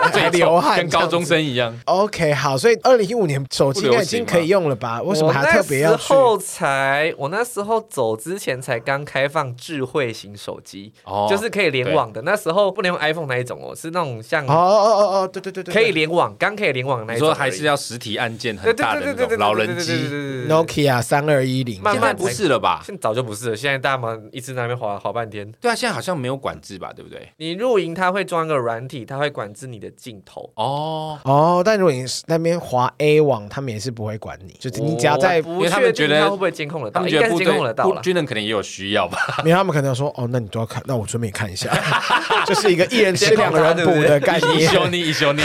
还
最臭
流汗，
跟高中。生一样。
OK，好，所以二零一五年手机应该已经可以用了吧？为什么还特别要
我那
去
时？候才，我那时候走之前才刚开放智慧型手机，
哦
就是可以联网的。那时候不能用 iPhone 那一种哦，是那种像
哦哦哦哦，对对对对，
可以联网，刚可以联网的那
你
一种而
说
已。
还是要实体按键
对
很
对
大
对
的
对
那
对
种
对
老人
对对
机，
对对对对
Nokia 三二一零，
慢
现
慢
在不是了吧？
现在早就不是了，现在大家嘛一直在那边滑滑半天。
对啊，现在好像没有管制吧，对不对？
你入营，它会装一个软体，它会管制你的镜头。
哦，
哦，但如果你是那边滑 A 网，他们也是不会管你，就是你只要在，
因
不
为他们
确
觉
定
得
它会不会监控得
他
到，
们
应
觉
该
得部
是监
队
控得到
部
了。
军人可能也有需要 吧。
没有他们可能说，哦，那你都要看，那我顺便看一下， 就是一个一人吃两个人补的 概
一
念，
休你，一休你，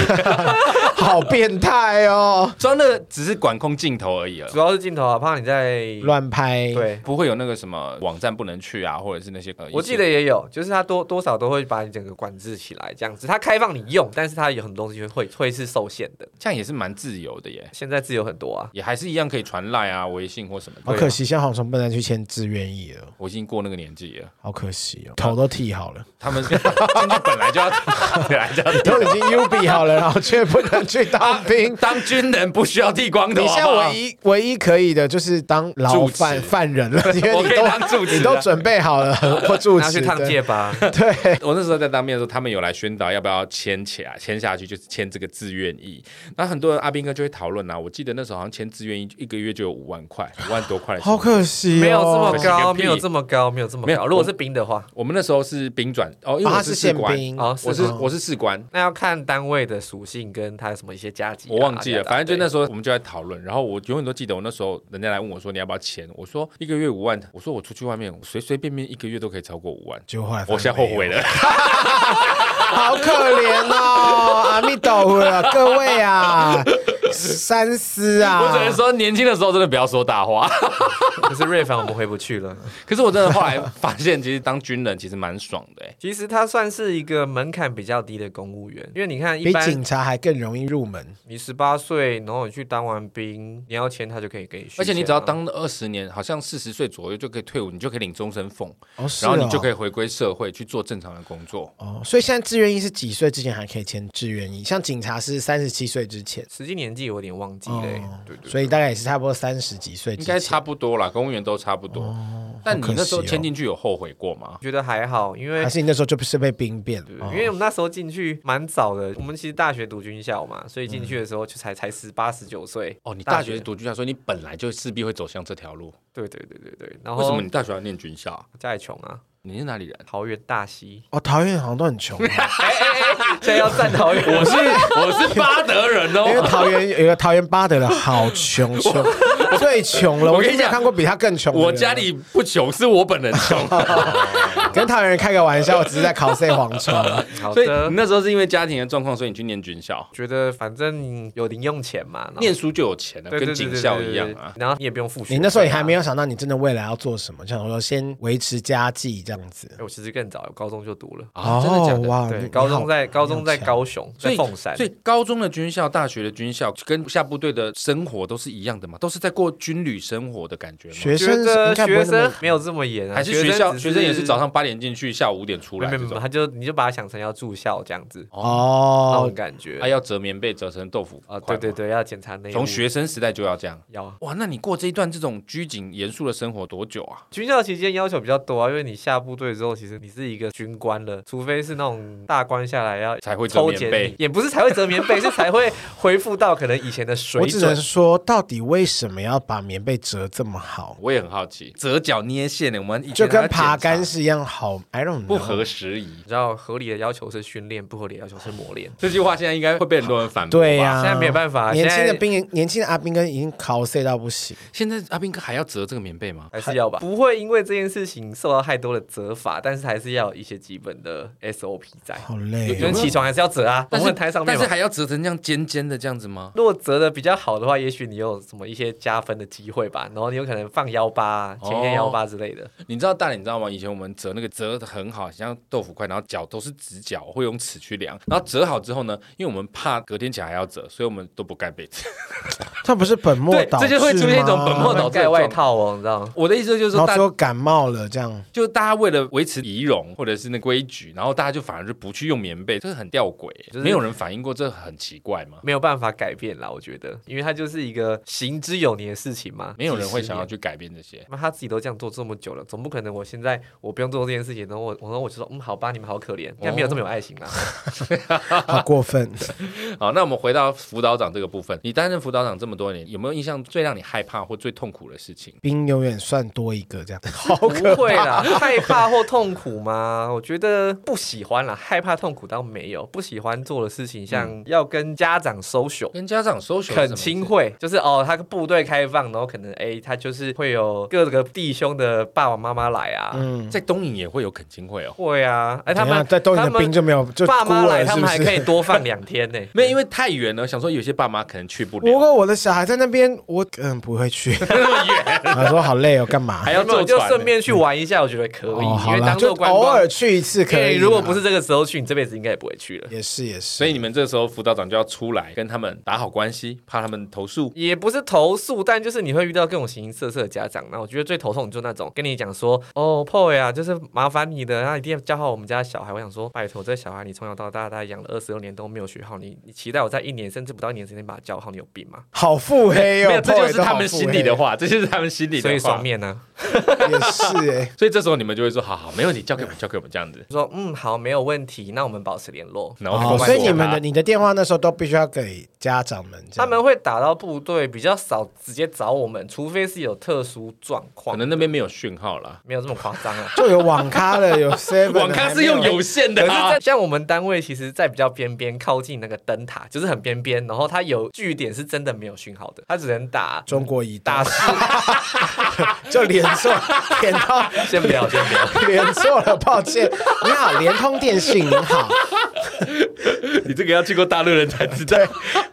好变态哦。
装的只是管控镜头而已了
主。要是镜头啊，怕你在
乱拍，
对。
不会有那个什么网站不能去啊，或者是那些呃，
我记得也有，就是它多多少都会把你整个管制起来，这样子。它开放你用，但是它有很多东西会会是受限的。
这样也是蛮自由的耶，
现在自由很多啊，
也还是一样可以传赖啊、微信或什么的。
哦
好可惜，现在好像不能去签志愿意了，
我已经过那个年纪了，
好可惜哦，头都剃好了，
他们进去本来就要 本来就要。
都已经 U B 好了，然后却不能去当兵
当军人不需要剃光头，
你现在
好不好
唯一唯一可以的就是当牢犯
住持
犯人了，因为
我
你
可以当
都
住持啊
你都准备好了或住
拿
持
去烫
对
戒疤。
我那时候在当兵的时候，他们有来宣导要不要签起来，签下去就是签这个自愿意。那很多人阿兵哥就会讨论啊，我记得那时候好像签自愿意一个月就有五万块，五万多块的钱。
好可惜、哦，
没有这么
惜
高，
个屁
没有这么高，没有这么
没有
高。如果是兵的话，
我们那时候是兵转哦，因为
哦
我
他是
士
宪
官，
兵
哦
我是
是吗
我是士官，
那要看单位的属性跟它有什么一些加级啊、
我忘记了，
对
反正就那时候我们就在讨论，然后我永远都记得我那时候人家来问我说你要不要钱，我说一个月五万，我说我出去外面我随随便便一个月都可以超过五万，
就后来
我现在后悔了。
好可怜哦，阿弥陀佛啊，各 位啊，三思啊！
我只能说年轻的时候真的不要说大话。
可是瑞凡我们回不去了。
可是我真的后来发现，其实当军人其实蛮爽的、 欸，
其实它算是一个门槛比较低的公务员，因为你看一
比
般
警察还更容易入门。
你十八岁，然后你去当完兵，你要签他就可以给你续签啊，
而且你只要当了二十年，好像四十岁左右就可以退伍，你就可以领终身俸，
哦，是
然后你就可
以。
以回归社会去做正常的工作。
哦，所以现在志愿役是几岁之前还可以签志愿役？像警察是三十七岁之前，
实际年纪我有点忘记了欸，
哦
对对对
所以大概也是差不多三十几岁之
应
前。
该差不多啦，公务员都差不多。但你那时候
好可惜哦
签进去有后悔过吗？
觉得还好，因为
还。是你那时候就不是被兵变？
对
哦
因为我们那时候进去蛮早的，我们其实大学读军校嘛，所以进去的时候就才才十八十九岁。
哦，你大学读军校，所以你本来就势必会走向这条路。
对对对对对，然
哦
后
为什么你大学要念军校啊？
家里穷啊？？
你是哪里人
桃园大溪，哎
哦，桃园好像都很 穷，
哦
因
现在要站桃园，
我是 我是巴德人
为
哦。
桃园有一个桃园巴德的好穷 穷，最穷了。
我
我
跟你
真的没有
讲
看过比他更穷的人。
我
啊
家里不穷，是我本人 穷。
跟桃园人开个玩笑，我只是在考 C 蝗 虫。
好
所以
的
你，那时候是因为家庭的状况，所以你去念军校，
觉得反正有零用钱嘛，然后
念书就有钱了，
对对
跟
对
警
对
校
对对
一样
对
啊。
然后你也不用付学费啊。
你那时候也还没有想到你真的未来要做什么，就想说先维持家计这样子哦
哎，。我其实更早，我高中就读了。
啊，真的假的？
哇你
对，
你
高
好
中在高
你
中
好
在
强
高雄，
所
在
以
凤山
所。以高中的军校、大学的军校跟下部队的生活都是一样的嘛，都是在过军旅生活的感觉吗？
学
觉
生应
得
该不
学
会那么
生没有这么严啊，
还是学校
只
学生也是早上八点进去，下午五点出
没
来
没
这
没，
种？
他就你就把它想成要住校这样子，那
哦
种，感觉
还啊要折棉被折成豆腐
啊，
块
对
吗
对，对，要检查内务
从学生时代就要这样。
要啊
哇，那你过这一段这种拘谨严肃的生活多久啊？
军校期间要求比较多啊，因为你下部队之后，其实你是一个军官了，除非是那种大官下来要
才会折
抽
棉
检
被
你，也不是才会折棉被，是才会恢复到可能以前的水
我只能
准。
说，到底为什么要把棉被折这么好？
我也很好奇，折脚捏线呢，我们以前
就
还要
跟
检查
爬杆是一样好，I don't know，
不合时宜
你。知道合理的要求是训练，不合理的要求是磨练。
这句话现在应该会被很多人反驳。
对呀、
现在没有办法
年轻
现
的
在
兵，年轻的阿兵哥已经 cos 到不行。
现在阿斌哥还要折这个棉被吗？
还是要吧，不会因为这件事情受到太多的责罚，但是还是要有一些基本 的 SOP 在。
好
有
累哦
人起床还是要折啊，
但
我
是
们台上面
但
嘛
是还要折成这样尖尖的这样子吗？
如果折的比较好的话，也许你有什么一些加分的机会吧。然后你有可能放腰八、啊，
哦
前面腰八之类的。
你知道大脸你知道吗？以前我们折那个折的很好，像豆腐块，然后脚都是直角，会用尺去量。然后折好之后呢，因为我们怕隔天起来还要折，所以我们都不盖被子。
这不是本末
对
倒置
这就会出现一种 本末倒
吗
不
置
能盖外套哦，你知道吗？
我的意思就是
然
说，
后
大
最后感冒了这样。
就大家为了维持仪容或者是那规矩，然后大家就反而就不去用棉被，这个很吊诡、
就是
没有人反映过，这很奇怪吗？
没有办法改变啦，我觉得，因为它就是一个行之有年的事情嘛。
没有人会
几十
想要
年。
去改变这些。
那他自己都这样做这么久了，总不可能我现在我不用做这件事情，然后我，然后我就说，嗯，好吧，你们好可
哦
怜，应该没有这么有爱心 啦。
好过 分！
好，那我们回到辅导长这个部分，你担任辅导长这么多年，有没有印象最让你害怕或最痛苦的事情？
兵永远算多一个这样，好
不会啦， 害怕或痛苦吗？我觉得不喜欢啦，害怕痛苦倒没有，不喜欢做的事情，像要跟家长 social，、
跟家长嗯 social 是什么意
恳
思
亲会，就是哦，他部队开开放，然后可能哎，他就是会有各个弟兄的爸爸妈妈来啊，
嗯，
在东营也会有恳亲会哦。
会啊，哎，他
等一下
们
在东营
他
的
们
兵就没有就
爸妈
孤儿
来，他
是
们
不
还可以
是？
多放两天呢。
没有，因为太远了，想说有些爸妈可能去不
不
了，
过我的小孩在那边，我嗯不会 去。
那么远，
我说好累哦，干嘛？
还
还
要
有
坐
我就
船
顺
呢
便去玩一下，我觉得可以，
嗯哦，
因
好
为
啦，
当
就
做观
偶
光
尔。去一次可
哎
以啦。
如果不是这个时候去，你这辈子应该也不会去了。
也是也 是，
所以你们这时候辅导长就要出来跟他们打好关系，怕他们投诉。
也不是投诉，但就是你会遇到各种形形色色的家长。那我觉得最头痛就那种跟你讲说，哦，Poy 啊，就是麻烦你的，那啊一定要教好我们家小孩。我想说，拜托，这小孩你从小到大大概养了二十二年都没有学好，你你期待我在一年甚至不到一年之内把它教好，你有病吗？
好腹黑
没
哦
有，，这就是他们
心
心里的话，这就是他们心里
所以
的
双
话。
面呢、
也是哎。
所以这时候你们就会说：好好，没问题，交给我们，交给我们这样子。
就说嗯好，没有问题，那我们保持联络。
然后
哦
我，
所以你们
把
的你的电话那时候都必须要给家长们这
他
样，
们会打到部队，比较少直接找我们，除非是有特殊状况，
可能那边没有讯号啦，
没有这么夸张 啊。
就有网咖了，有 seven，
网咖是用
还没
有线
可
的
是
啊
在，像我们单位，其实，在比较边边靠近那个灯塔，就是很边边，然后它有据点是真的没有讯号的，它只能打
中国移大
打是，
就连错， 点到
先不要，先 不要。
连错了，抱歉。你好，联通电信，你好，
你这个要去过大陆人才知道。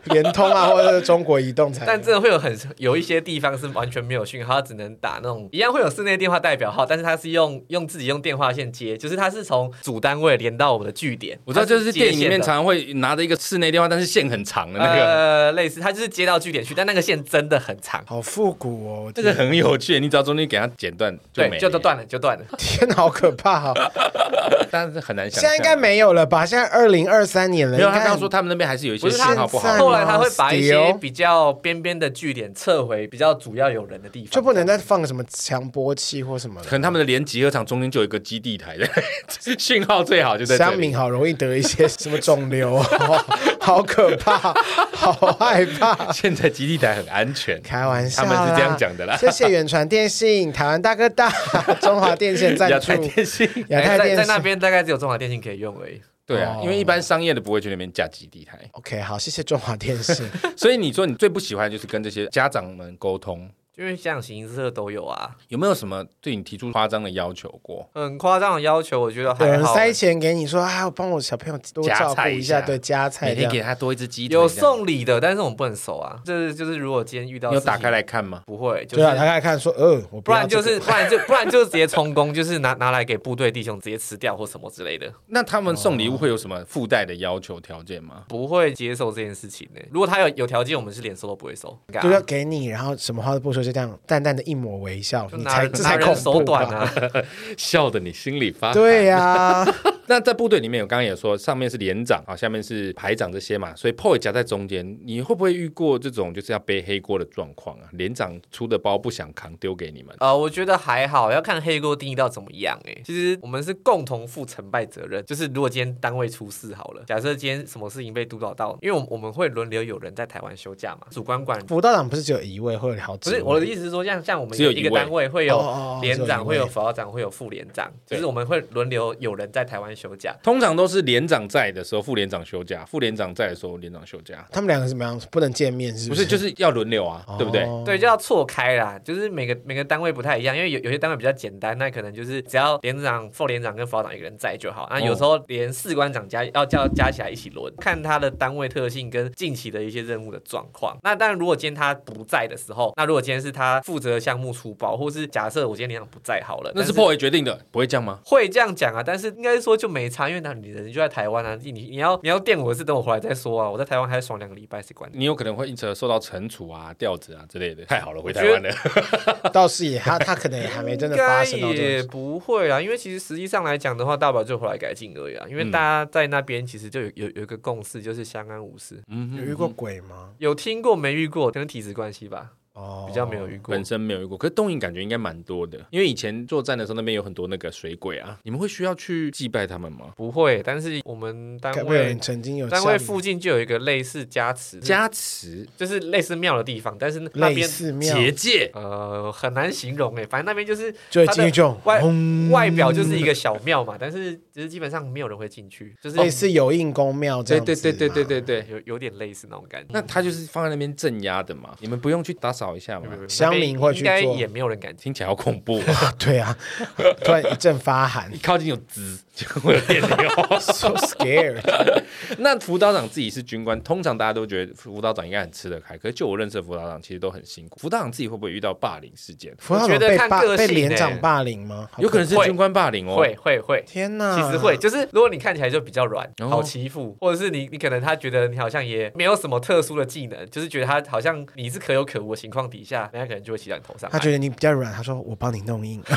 联通啊，或者是中国移动才。
但真的会有很有一些地方是完全没有讯号，它只能打那种一样会有室内电话代表号，但是它是用用自己用电话线接，就是它是从主单位连到我们的据点。
我知道，就是电影里面
它是接线的
常常会拿着一个室内电话，但是线很长的那个，
呃类似，它就是接到据点去，但那个线真的很长，
好复古哦，
这个很有趣。你只要中间给它剪断，就没了
对，就都。断了，就断了。
天，好可怕哦！
但是很难想
现
象。啊
在应该没有了吧？现在二零二三年了，
没有。
应该
他
很
刚说他们那边还是有一些
不是
信
他
号不
很
好
赞。
后来他会把一些
Still
比较边边的据点撤回比较主要有人的地方，
就不能再放什么强波器或什么
可
了。
能他们的连集合场中间就有一个基地台的讯号最好就在这
乡
里
民。好容易得一些什么肿瘤哦， 好可怕，好害怕。
现在基地台很安全，
开玩笑
他
啦，
们是这样讲的啦。
谢谢远传电信、台湾大哥 大、中华电信赞
亚
助
太。电信，
亚
哎
太
在
电
在
信
那边大概只有中华电信可以用而已。
对啊
哦，
因为一般商业的不会去那边架基地台，
OK，好，谢谢中华电 信。
所以你说你最不喜欢就是跟这些家长们沟通，
因为像形式都有啊，
有没有什么对你提出夸张的要求过？
很夸张的要求，我觉得
有
还
人
好。
塞钱给你说啊，我帮我小朋友多
加
照顾
菜一下
对，加菜
每
这
天
样
给。他多一只鸡腿，
有送礼的，但是我们不能收啊。就是就是，如果今天遇到
你有
事
打
情
开来看吗？
不会，就是
对啊，大概看说，呃，我
不
要
然就
这
是
个
不然就不然就直接充公，就是拿拿来给部队弟兄直接吃掉或什么之类的，
那他们送礼物会有什么附带的要求条件吗？
不会接受这件事情呢、如果他有有条件，我们是连收都不会收。
就要给你，然后什么话都不说，就这样淡淡的一抹微笑，
就
你
拿
才
人
这
拿
才
人
恐
手
怖
短
吧？
啊！
笑的你心里发寒
对呀、
那在部队里面，我刚刚也说，上面是连长啊，下面是排长这些嘛，所以 POY 夹在中间，你会不会遇过这种就是要背黑锅的状况啊？连长出的包不想扛，丢给你们，
呃，我觉得还好，要看黑锅定义到怎么样哎、其实我们是共同负成败责任，就是如果今天单位出事好了，假设今天什么事情被督导到，因为我们我们会轮流有人在台湾休假嘛，主管管。
辅导长不是只有一位，会有好几
不
位。
是我的意思是说，像像我们
只有
一
一
个
位
单位会
哦哦
有
哦
连
只有一
长，
位
会有辅导长，会有副连长，就
对
是我们会轮流有人在台湾休假。
通常都是连长在的时候，副连长休假；副连长在的时候，连长休假。
他们两个怎么样？不能见面是
不
是？
是，就是要轮流啊，对不对？
哦
对，就要错开啦，就是每个每个单位不太一样，因为有有些单位比较简单，那可能就是只要连长、副连长跟副导长一个人在就好。
哦
那有时候连士官长加要叫加起来一起轮，看他的单位特性跟近期的一些任务的状况。那当然，如果今天他不在的时候，那如果今天是他负责的项目出包，或是假设我今天连长不在好了，
那
但
是 POY 决定的，不会这样吗？
会这样讲啊，但是应该说就没差，因为那你人就在台湾啊，你你你要你要电我是等我回来再说啊，我在台湾还爽两个礼拜，谁管你？
你有可能会因此而受到惩处啊、调职啊之类的。太好了，回
觉
台
得
湾了。
倒是也，他他可能也还没真的
应该
发生到这
也
种。
不会啦，因为其实实际上来讲的话，大不了就回来改进而已啊。因为
嗯
大家在那边其实就有有有一个共识，就是相安无事。
嗯
有遇过鬼吗？
有听过没遇过？可能体质关系吧，
哦，
比较没有遇过
本。身没有遇过，可是东营感觉应该蛮多的，因为以前作战的时候那边有很多那个水鬼啊，你们会需要去祭拜他们吗？
不会，但是我们单
该不会有
位
人曾经有
单位
像
附近就有一个类似加持，
加持、
就是类似庙的地方，但是那
类
边
似庙，
结界，
呃很难形容哎，反正那边就是
就会进去就
外
轰嗯
外表就是一个小庙嘛，但是其实基本上没有人会进去，就是
类似有印公庙
对
这样子啊
对
嘛。
对对对对对。
有有点类似那种感觉。
那他就是放在那边镇压的嘛，你们不用去打扫一下嘛
没有没有没？有
乡民会去
应该
做
也没有人敢进。
听起来好恐怖哦，
对啊，突然一阵发 寒
一靠近有滋就 会有电流。
，so scared。
那辅导长自己是军官，通常大家都觉得辅导长应该很吃得开，可是就我认识的辅导长其实都很辛苦。辅导长自己会不会遇到霸凌事件？
辅导
我觉
长
得
被
看
霸
个
被
性欸
连长霸凌吗？好
有可能是
会
军官霸凌哦。
会会会，
天哪，
其实会，就是如果你看起来就比较软，
哦
好欺负，或者是你你可能他觉得你好像也没有什么特殊的技能，就是觉得他好像你是可有可无的情况底下，人家可能就会骑到你头上哎
他
来。
觉得你比较软，他说我帮你弄硬，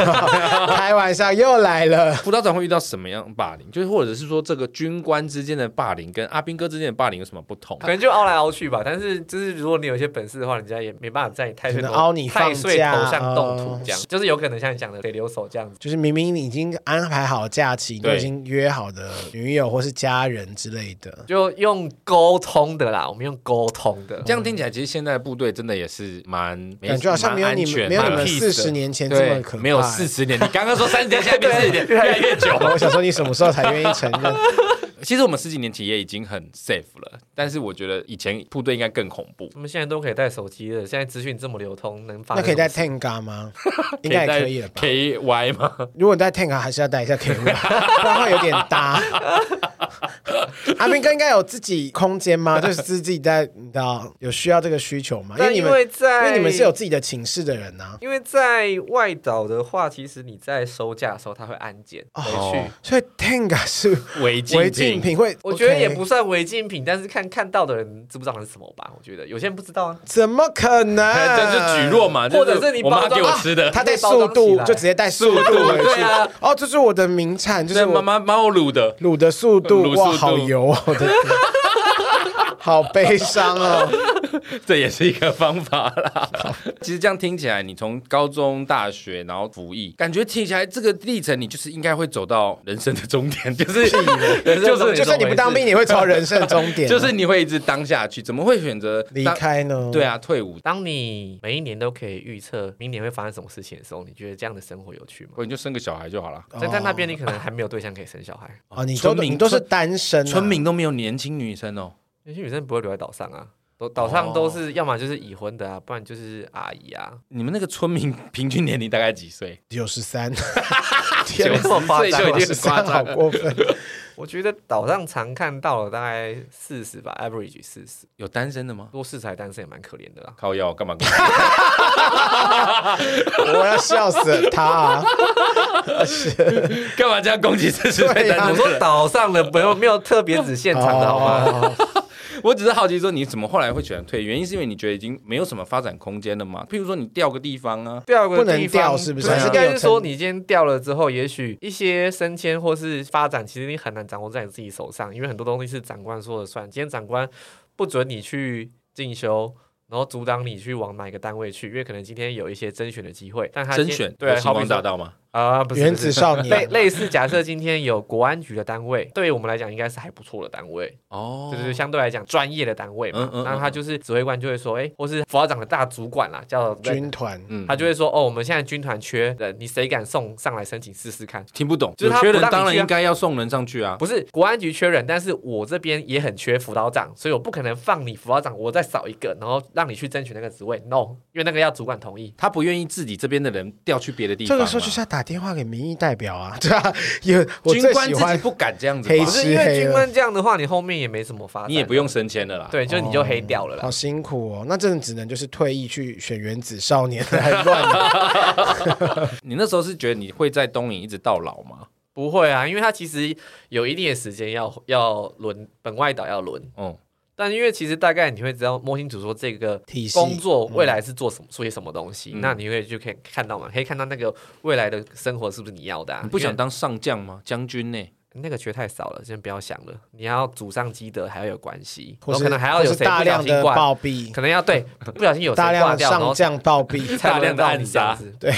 开玩笑又来了。
辅导长会遇到什么样霸凌？就是或者是说，这个军官之间的霸凌跟阿兵哥之间的霸凌有什么不同？
可能就凹来凹去吧，但是就是如果你有一些本事的话，人家也没办法在你太岁
可能
头
凹你
太
放
岁
假
头上动土
哦，
这样、就是有可能像你讲的得留守这样子。
就是明明你已经安排好假期，都
对
已经约好的女友或是家人之类的，
就用沟通的啦，我们用沟通的，
这样听起来，其实现在的部队真的也是蛮没
感觉好像没有
蛮安
你
全
们没有你
蛮
们
peace
四
的
十年前这么
对
可怕。
没有四十年。你刚刚说三十年，现在变四十年，越来 越久。
我想说你什么时候才愿意承认？
其实我们十几年前也已经很 safe 了，但是我觉得以前部队应该更恐怖。
我们现在都可以带手机了，现在资讯这么流通，能发
那可以
带
带 Tenga 吗？应该也可以了吧？
以 Y 吗？
如果你带 Tank 啊还是要带一下 K 不然会有点搭。阿明哥应该有自己空间 吗？就是自己在，你知道有需要这个需求吗？因
但
为你
因
们
为在
因为你们是有自己的寝室的人啊呐、
因为在外岛的话，其实你在收假的时候，他会安检回去。
哦
所以 Tank 啊是
违
违
禁
禁
品。
品会，
我觉得
OK
也不算违禁品，但是看看到的人知不知道那是什么吧？我觉得有些人不知道 啊，
怎么可 能？
这就举弱嘛，
或者
就是
你
我妈
包装啊
给我吃的，
他在
被包装
速度
起来
就直接带速度回去。
对啊，
哦，这是我的名产，就是
那妈
我
妈妈我卤的。
卤的速度
卤，
哇，
速度
好油哦！我的天 好悲伤哦。
这也是一个方法 啦。其实这样听起来，你从高中、大学，然后服役，感觉听起来这个历程，你就是应该会走到人生的终点，就是
人生终
就是
点
就算你不当兵，你会朝人生的终点，啊
就是你会一直当下去，怎么会选择
离
当？
开呢？
对啊，退伍，
当你每一年都可以预测明年会发生什么事情的时候，你觉得这样的生活有趣吗？
或者你就生个小孩就好了。
哦，
但在那边，你可能还没有对象可以生小孩，
哦，你都
村民
你都是单身啊，
村民都没有年轻女生哦，
有些女生不会留在岛上啊，都岛上
哦
都是要么就是已婚的啊，不然就是阿姨啊，
你们那个村民平均年龄大概几 岁？
九 十三，
没
九
那么夸
十岁啊
张啊
就已经很夸
三好
张了。
过分。
我觉得岛上常看到的大概四十吧，average 四十，
有单身的吗？
多四十还单身也蛮可怜的啦。
靠腰干嘛？
我要笑死他啊！
干嘛这样攻击四十岁
对
单
啊
身
我
的
说
人？
岛上的没有没有特别指现场的好吗？
哦
我只是好奇说，你怎么后来会选退？原因是因为你觉得已经没有什么发展空间了吗？譬如说你调个地方啊，
掉个
不能
地方
掉是不是
对啊
还是
应该
你有
是说
成
你今天掉了之后，也许一些升迁或是发展，其实你很难掌握在你自己手上，因为很多东西是长官说了算。今天长官不准你去进修。然后阻挡你去往哪个单位去，因为可能今天有一些甄选的机会，但他
甄
今天
选
对，
有星
好比
光大
说
道吗？
啊，不是
原
不
子
是
少
类
年，
类似，假设今天有国安局的单位，对于我们来讲应该是还不错的单位，
哦
就是相对来讲专业的单位嘛
嗯。嗯
那他就是指挥官就会说，哎，或是辅导长的大主管啦，叫
军团
嗯
他就会说，哦，我们现在军团缺人，你谁敢送上来申请试试看？
听不懂，
就是
有
他
缺
不
人
让你
当然
去啊
应该要送人上去啊。
不是国安局缺人，但是我这边也很缺辅导长，所以我不可能放你辅导长，我再少一个，然后让你去争取那个职位。No，因为那个要主管同意。
他不愿意自己这边的人调去别的地
这
方啊嘛。
个时候就是要打电话给民意代表啊， 对啊，有我
军
最
官
喜
自己
欢
不敢这样子
黑
吧
不？
吃
是因为
黑
军
了
官这样的话，你后面也没什么发展，
啊你也不用哦升迁了啦。，
对，就你就黑掉了啦
好。辛苦哦，那真的只能就是退役去选原子少年来乱。
你那时候是觉得你会在东营一直到老吗？
不会啊，因为他其实有一定的时间要要轮本外岛要轮，
嗯，
但因为其实大概你会知道摸清楚说这个
体系
工作未来是做什么、做些什么东西，
嗯
那你会就可以看到嘛，可以看到那个未来的生活是不是你要的、啊。
你不想
因
当上将吗？将军呢？
为那个缺太少了，先不要想了。你要祖上积德，还要有关系，
或
然
是
后可能还要有
或是
谁
大
不小
量
心
的
挂，
暴毙，
可能要对不小心有谁
大量
挂
的
掉，然
上
后
将暴毙。
才
大量
轮到你
的暗杀
这样子
对，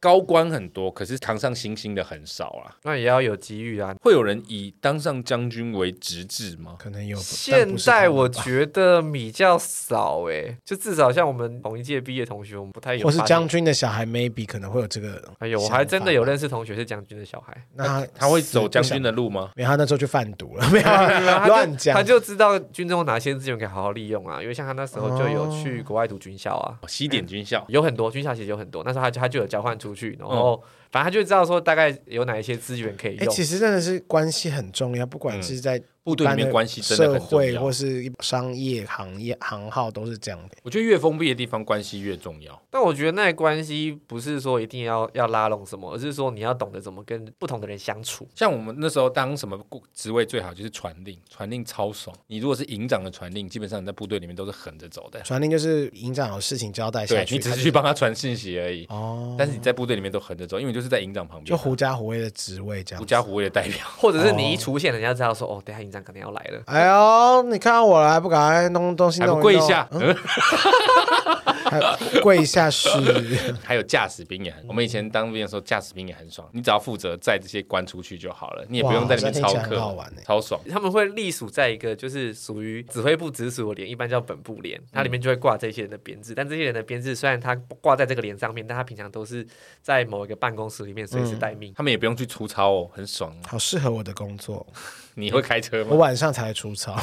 高官很多，可是扛上星星的很少啊。
那也要有机遇啊。
会有人以当上将军为职志吗？
可能有。但
现
不是
在
他们
我
吧
觉得比较少哎、就至少像我们同一届毕业同学，我们不太有。
或是将，军的小孩，maybe 可能会有这个。
哎呦，我还真的有，认识同学是将军的小孩。
那他
他会走将军
的。
的路吗？
没有，他那时候去贩毒 了，没有
他
啊
就
乱讲
他。就知道军中有哪些资源可以好好利用啊，因为像他那时候就有去国外读军校啊，
哦西点军校，
有很多军校其实有很多，那时候他就他就有交换出去，然后、反正他就知道说大概有哪一些资源可以
哎，
用。
嗯其实真的是关系很重要，
嗯
不管是在
部队里面关系真的
社
很重
会
要
或。是商业行业行号都是这样的。
我觉得越封闭的地方关系越重要。
但我觉得那关系不是说一定要要拉拢什么，而是说你要懂得怎么跟不同的人相处。
像我们那时候当什么职位最好就是传令，传令超爽。你如果是营长的传令，基本上你在部队里面都是横着走的。
传令就是营长有事情交代下
对
去，
你只
他
是
就
去帮他传信息而已，
哦，
但是你在部队里面都横着走，因为你就是在营长旁边，
就狐假虎威的职位这样。
狐假虎威的代表。
或者是你一出现，人家知道说哦，等一下营长可能要来了。
哎呦，你看到我了，还不赶快弄东西
还
弄
不
一
跪
弄
下，，嗯
还跪一下是
还有驾驶兵也很，我们以前当兵的时候，驾驶兵也很爽。你只要负责载这些官出去就好了，你也不用在里面
哇
操
这听起来
课
很好玩欸，
超爽。
他们会隶属在一个就是属于指挥部直属的连，一般叫本部连，它里面就会挂这些人的编制。但这些人的编制虽然他挂在这个连上面，但他平常都是在某一个办公室里面随时待命。
他们也不用去出操哦，很爽。
好适合我的工作。
你会开车
我
吗？
晚上才出草，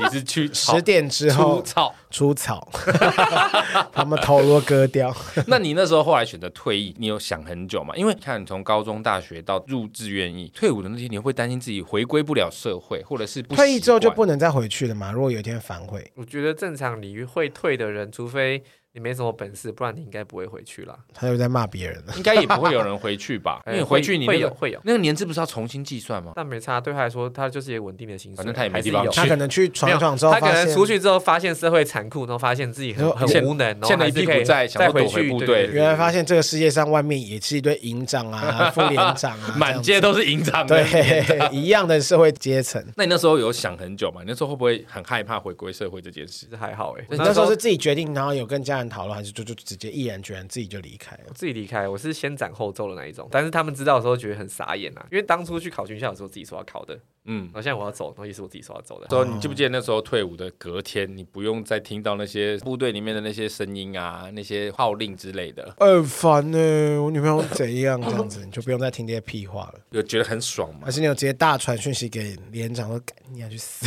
你是去操
啊十点之
出
后
操？
出草， 把他们头颅割掉。
那你那时候后来选择退役，你有想很久吗？因为看你从高中、大学到入志愿役，退伍的那些，你会担心自己回归不了社会，或者是 不
退役之后
习
就
惯
不能再回去了嘛？如果有一天反悔，
我觉得正常你会退的人，除非你没什么本事，不然你应该不会回去啦。
他又在骂别人了。
应该也不会有人回去 吧？因为回去你
会
那
会有
个
会有，
那个年资不是要重新计算 吗？
但没差。对他来说，他就是一个稳定的薪水，
反正他也没
还是
地方
有
去
他可能去
没
闯
有
一闯之后，
他可
发
能
现
出去之后发现社会残酷，然后发现自己很
就
很
欠
无能，然后
欠了
还
一
是
屁股
可以
债想
再
说
回
躲回
去。
部
对
队
对对
原来发现这个世界上外面也是一堆营长 啊、副连长啊，
满街都是营长
这
的
样。对一样的社会阶层。
那你那时候有想很久吗？你那时候会不会很害怕回归社会这件事
其？实还好哎、
对
你那时候是自己决定，然后有跟家人讨论，还是就就直接毅然决然自己就离开了？
自己离开，我是先斩后奏的那一种。但是他们知道的时候觉得很傻眼啊，因为当初去考军校的时候自己说要考的，
嗯
然，后现在我要走，然后也是我自己说要走的。
说你记不记得那时候退伍的隔天，你不用再听到那些部队里面的那些声音啊，那些号令之类的，
很烦呢、我女朋友怎样这样子，你就不用再听这些屁话 了。
有觉得很爽吗
还？是你有直接大传讯息给连长说：“干你要去死！”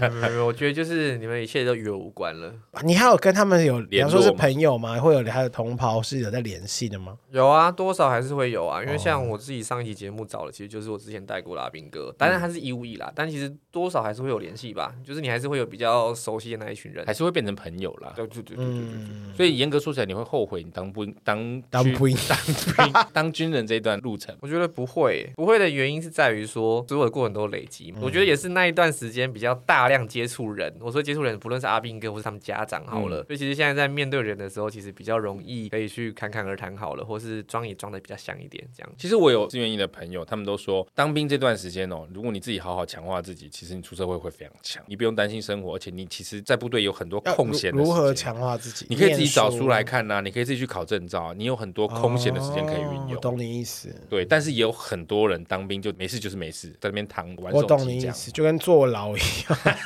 没有没有 没有我觉得就是你们一切都与我无关了。
你还有跟他们有，比
联
方
络
说是
吗
朋友吗？会有还有同袍是有在联系的吗？
有啊，多少还是会有啊，因为像我自己上一期节目找的，其实就是我之前带过的阿兵哥，当然他是一五一啦，但其实多少还是会有联系吧，就是你还是会有比较熟悉的那一群人
还。是会变成朋友啦。
对对对对对对对。
嗯，
所以严格说起来，你会后悔你当兵当
当
军
不应
当兵 当军人这一段路程。
我觉得不会，不会的原因是在于说，所有的过程都累积。我觉得也是那一段时间比较大量接触人。我说接触人，不论是阿兵哥或是他们家长好了，所以其实现在在面对人的时候，其实比较容易可以去侃侃而谈好了，或是装也装的比较像一点这样。
其实我有志愿役的朋友，他们都说，当兵这段时间哦，如果你自己好好强化自己，其实你出社会会非常强，你不用担心生活，而且你其实，在部队有很多
要
空闲的
如如何
时间
强化自己？
你可以自己找
念啊
书来看呐、你可以自己去考证照啊、你有很多空闲的时间可以运
哦
用
我。懂你意思，
对，但是也有很多人当兵就没事就是没事，在那边躺玩
我
手
懂
机
你
这
意
样
思，就跟坐 牢一样，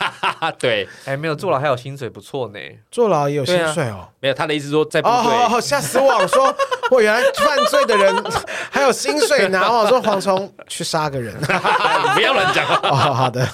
啊。 对，
哎，没有坐牢还有薪水不错呢。
坐牢也有薪
对啊
水哦。
没有他的意思说在部
哦，好
队，
好吓死我！我说 我原来犯罪的人 还有薪水拿，哦我说蝗虫去杀个人。
你不要乱讲话。
哦，好的，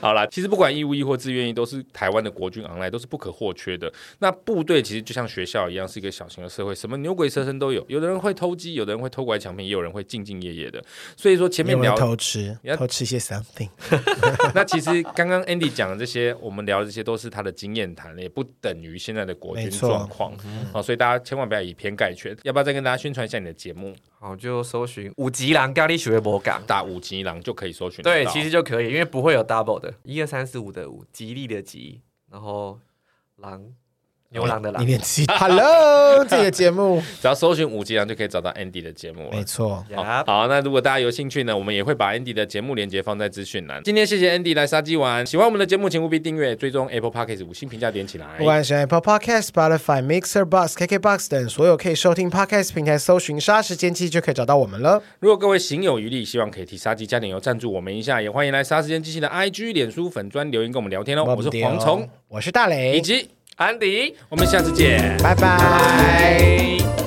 好啦，其实不管义务役或志愿役，都是台湾的国军昂莱都是不可或缺的。那部队其实就像学校一样，是一个小型的社会，什么牛鬼蛇神都有。有的人会偷鸡，有的人会偷拐抢骗，也有人会兢兢业业的。所以说前
有
面
没有
聊
偷吃
你要？
偷吃一些 something。
那其实刚刚 Andy 讲的这些，我们聊的这些都是他的经验谈，也不等于现在的国
没
军
错嗯
状况。好、所以大家千万不要以偏概全。要不要再跟大家宣传一下你的节目？
好，就搜寻五级狼咖喱雪博港。
打五级狼就可以搜寻得
对，
到
其实就可以，因为不会有 double 的，一二三四五的五，吉利的吉，然后狼牛郎的
啊你
郎。
连记 Hello 这个节目，
只要搜寻五级狼就可以找到 Andy 的节目了
没。错，
好
Yup，
好，那如果大家有兴趣呢，我们也会把 Andy 的节目链接放在资讯栏。今天谢谢 Andy 来杀鸡玩，喜欢我们的节目，请务必订阅、追踪 Apple Podcast 五星评价点起来
不。管是 Apple Podcast、Spotify、Mixer、Box、KKBox 等所有可以收听 Podcast 平台，搜寻“杀时间机”就可以找到我们了。
如果各位行有余力，希望可以替杀鸡加点油赞助我们一下，也欢迎来杀时间机器的 IG、脸书粉砖留言跟我们聊天哦。我是蝗虫，，
我是大雷
以，及
安迪，
我们下次见。
拜拜。
拜。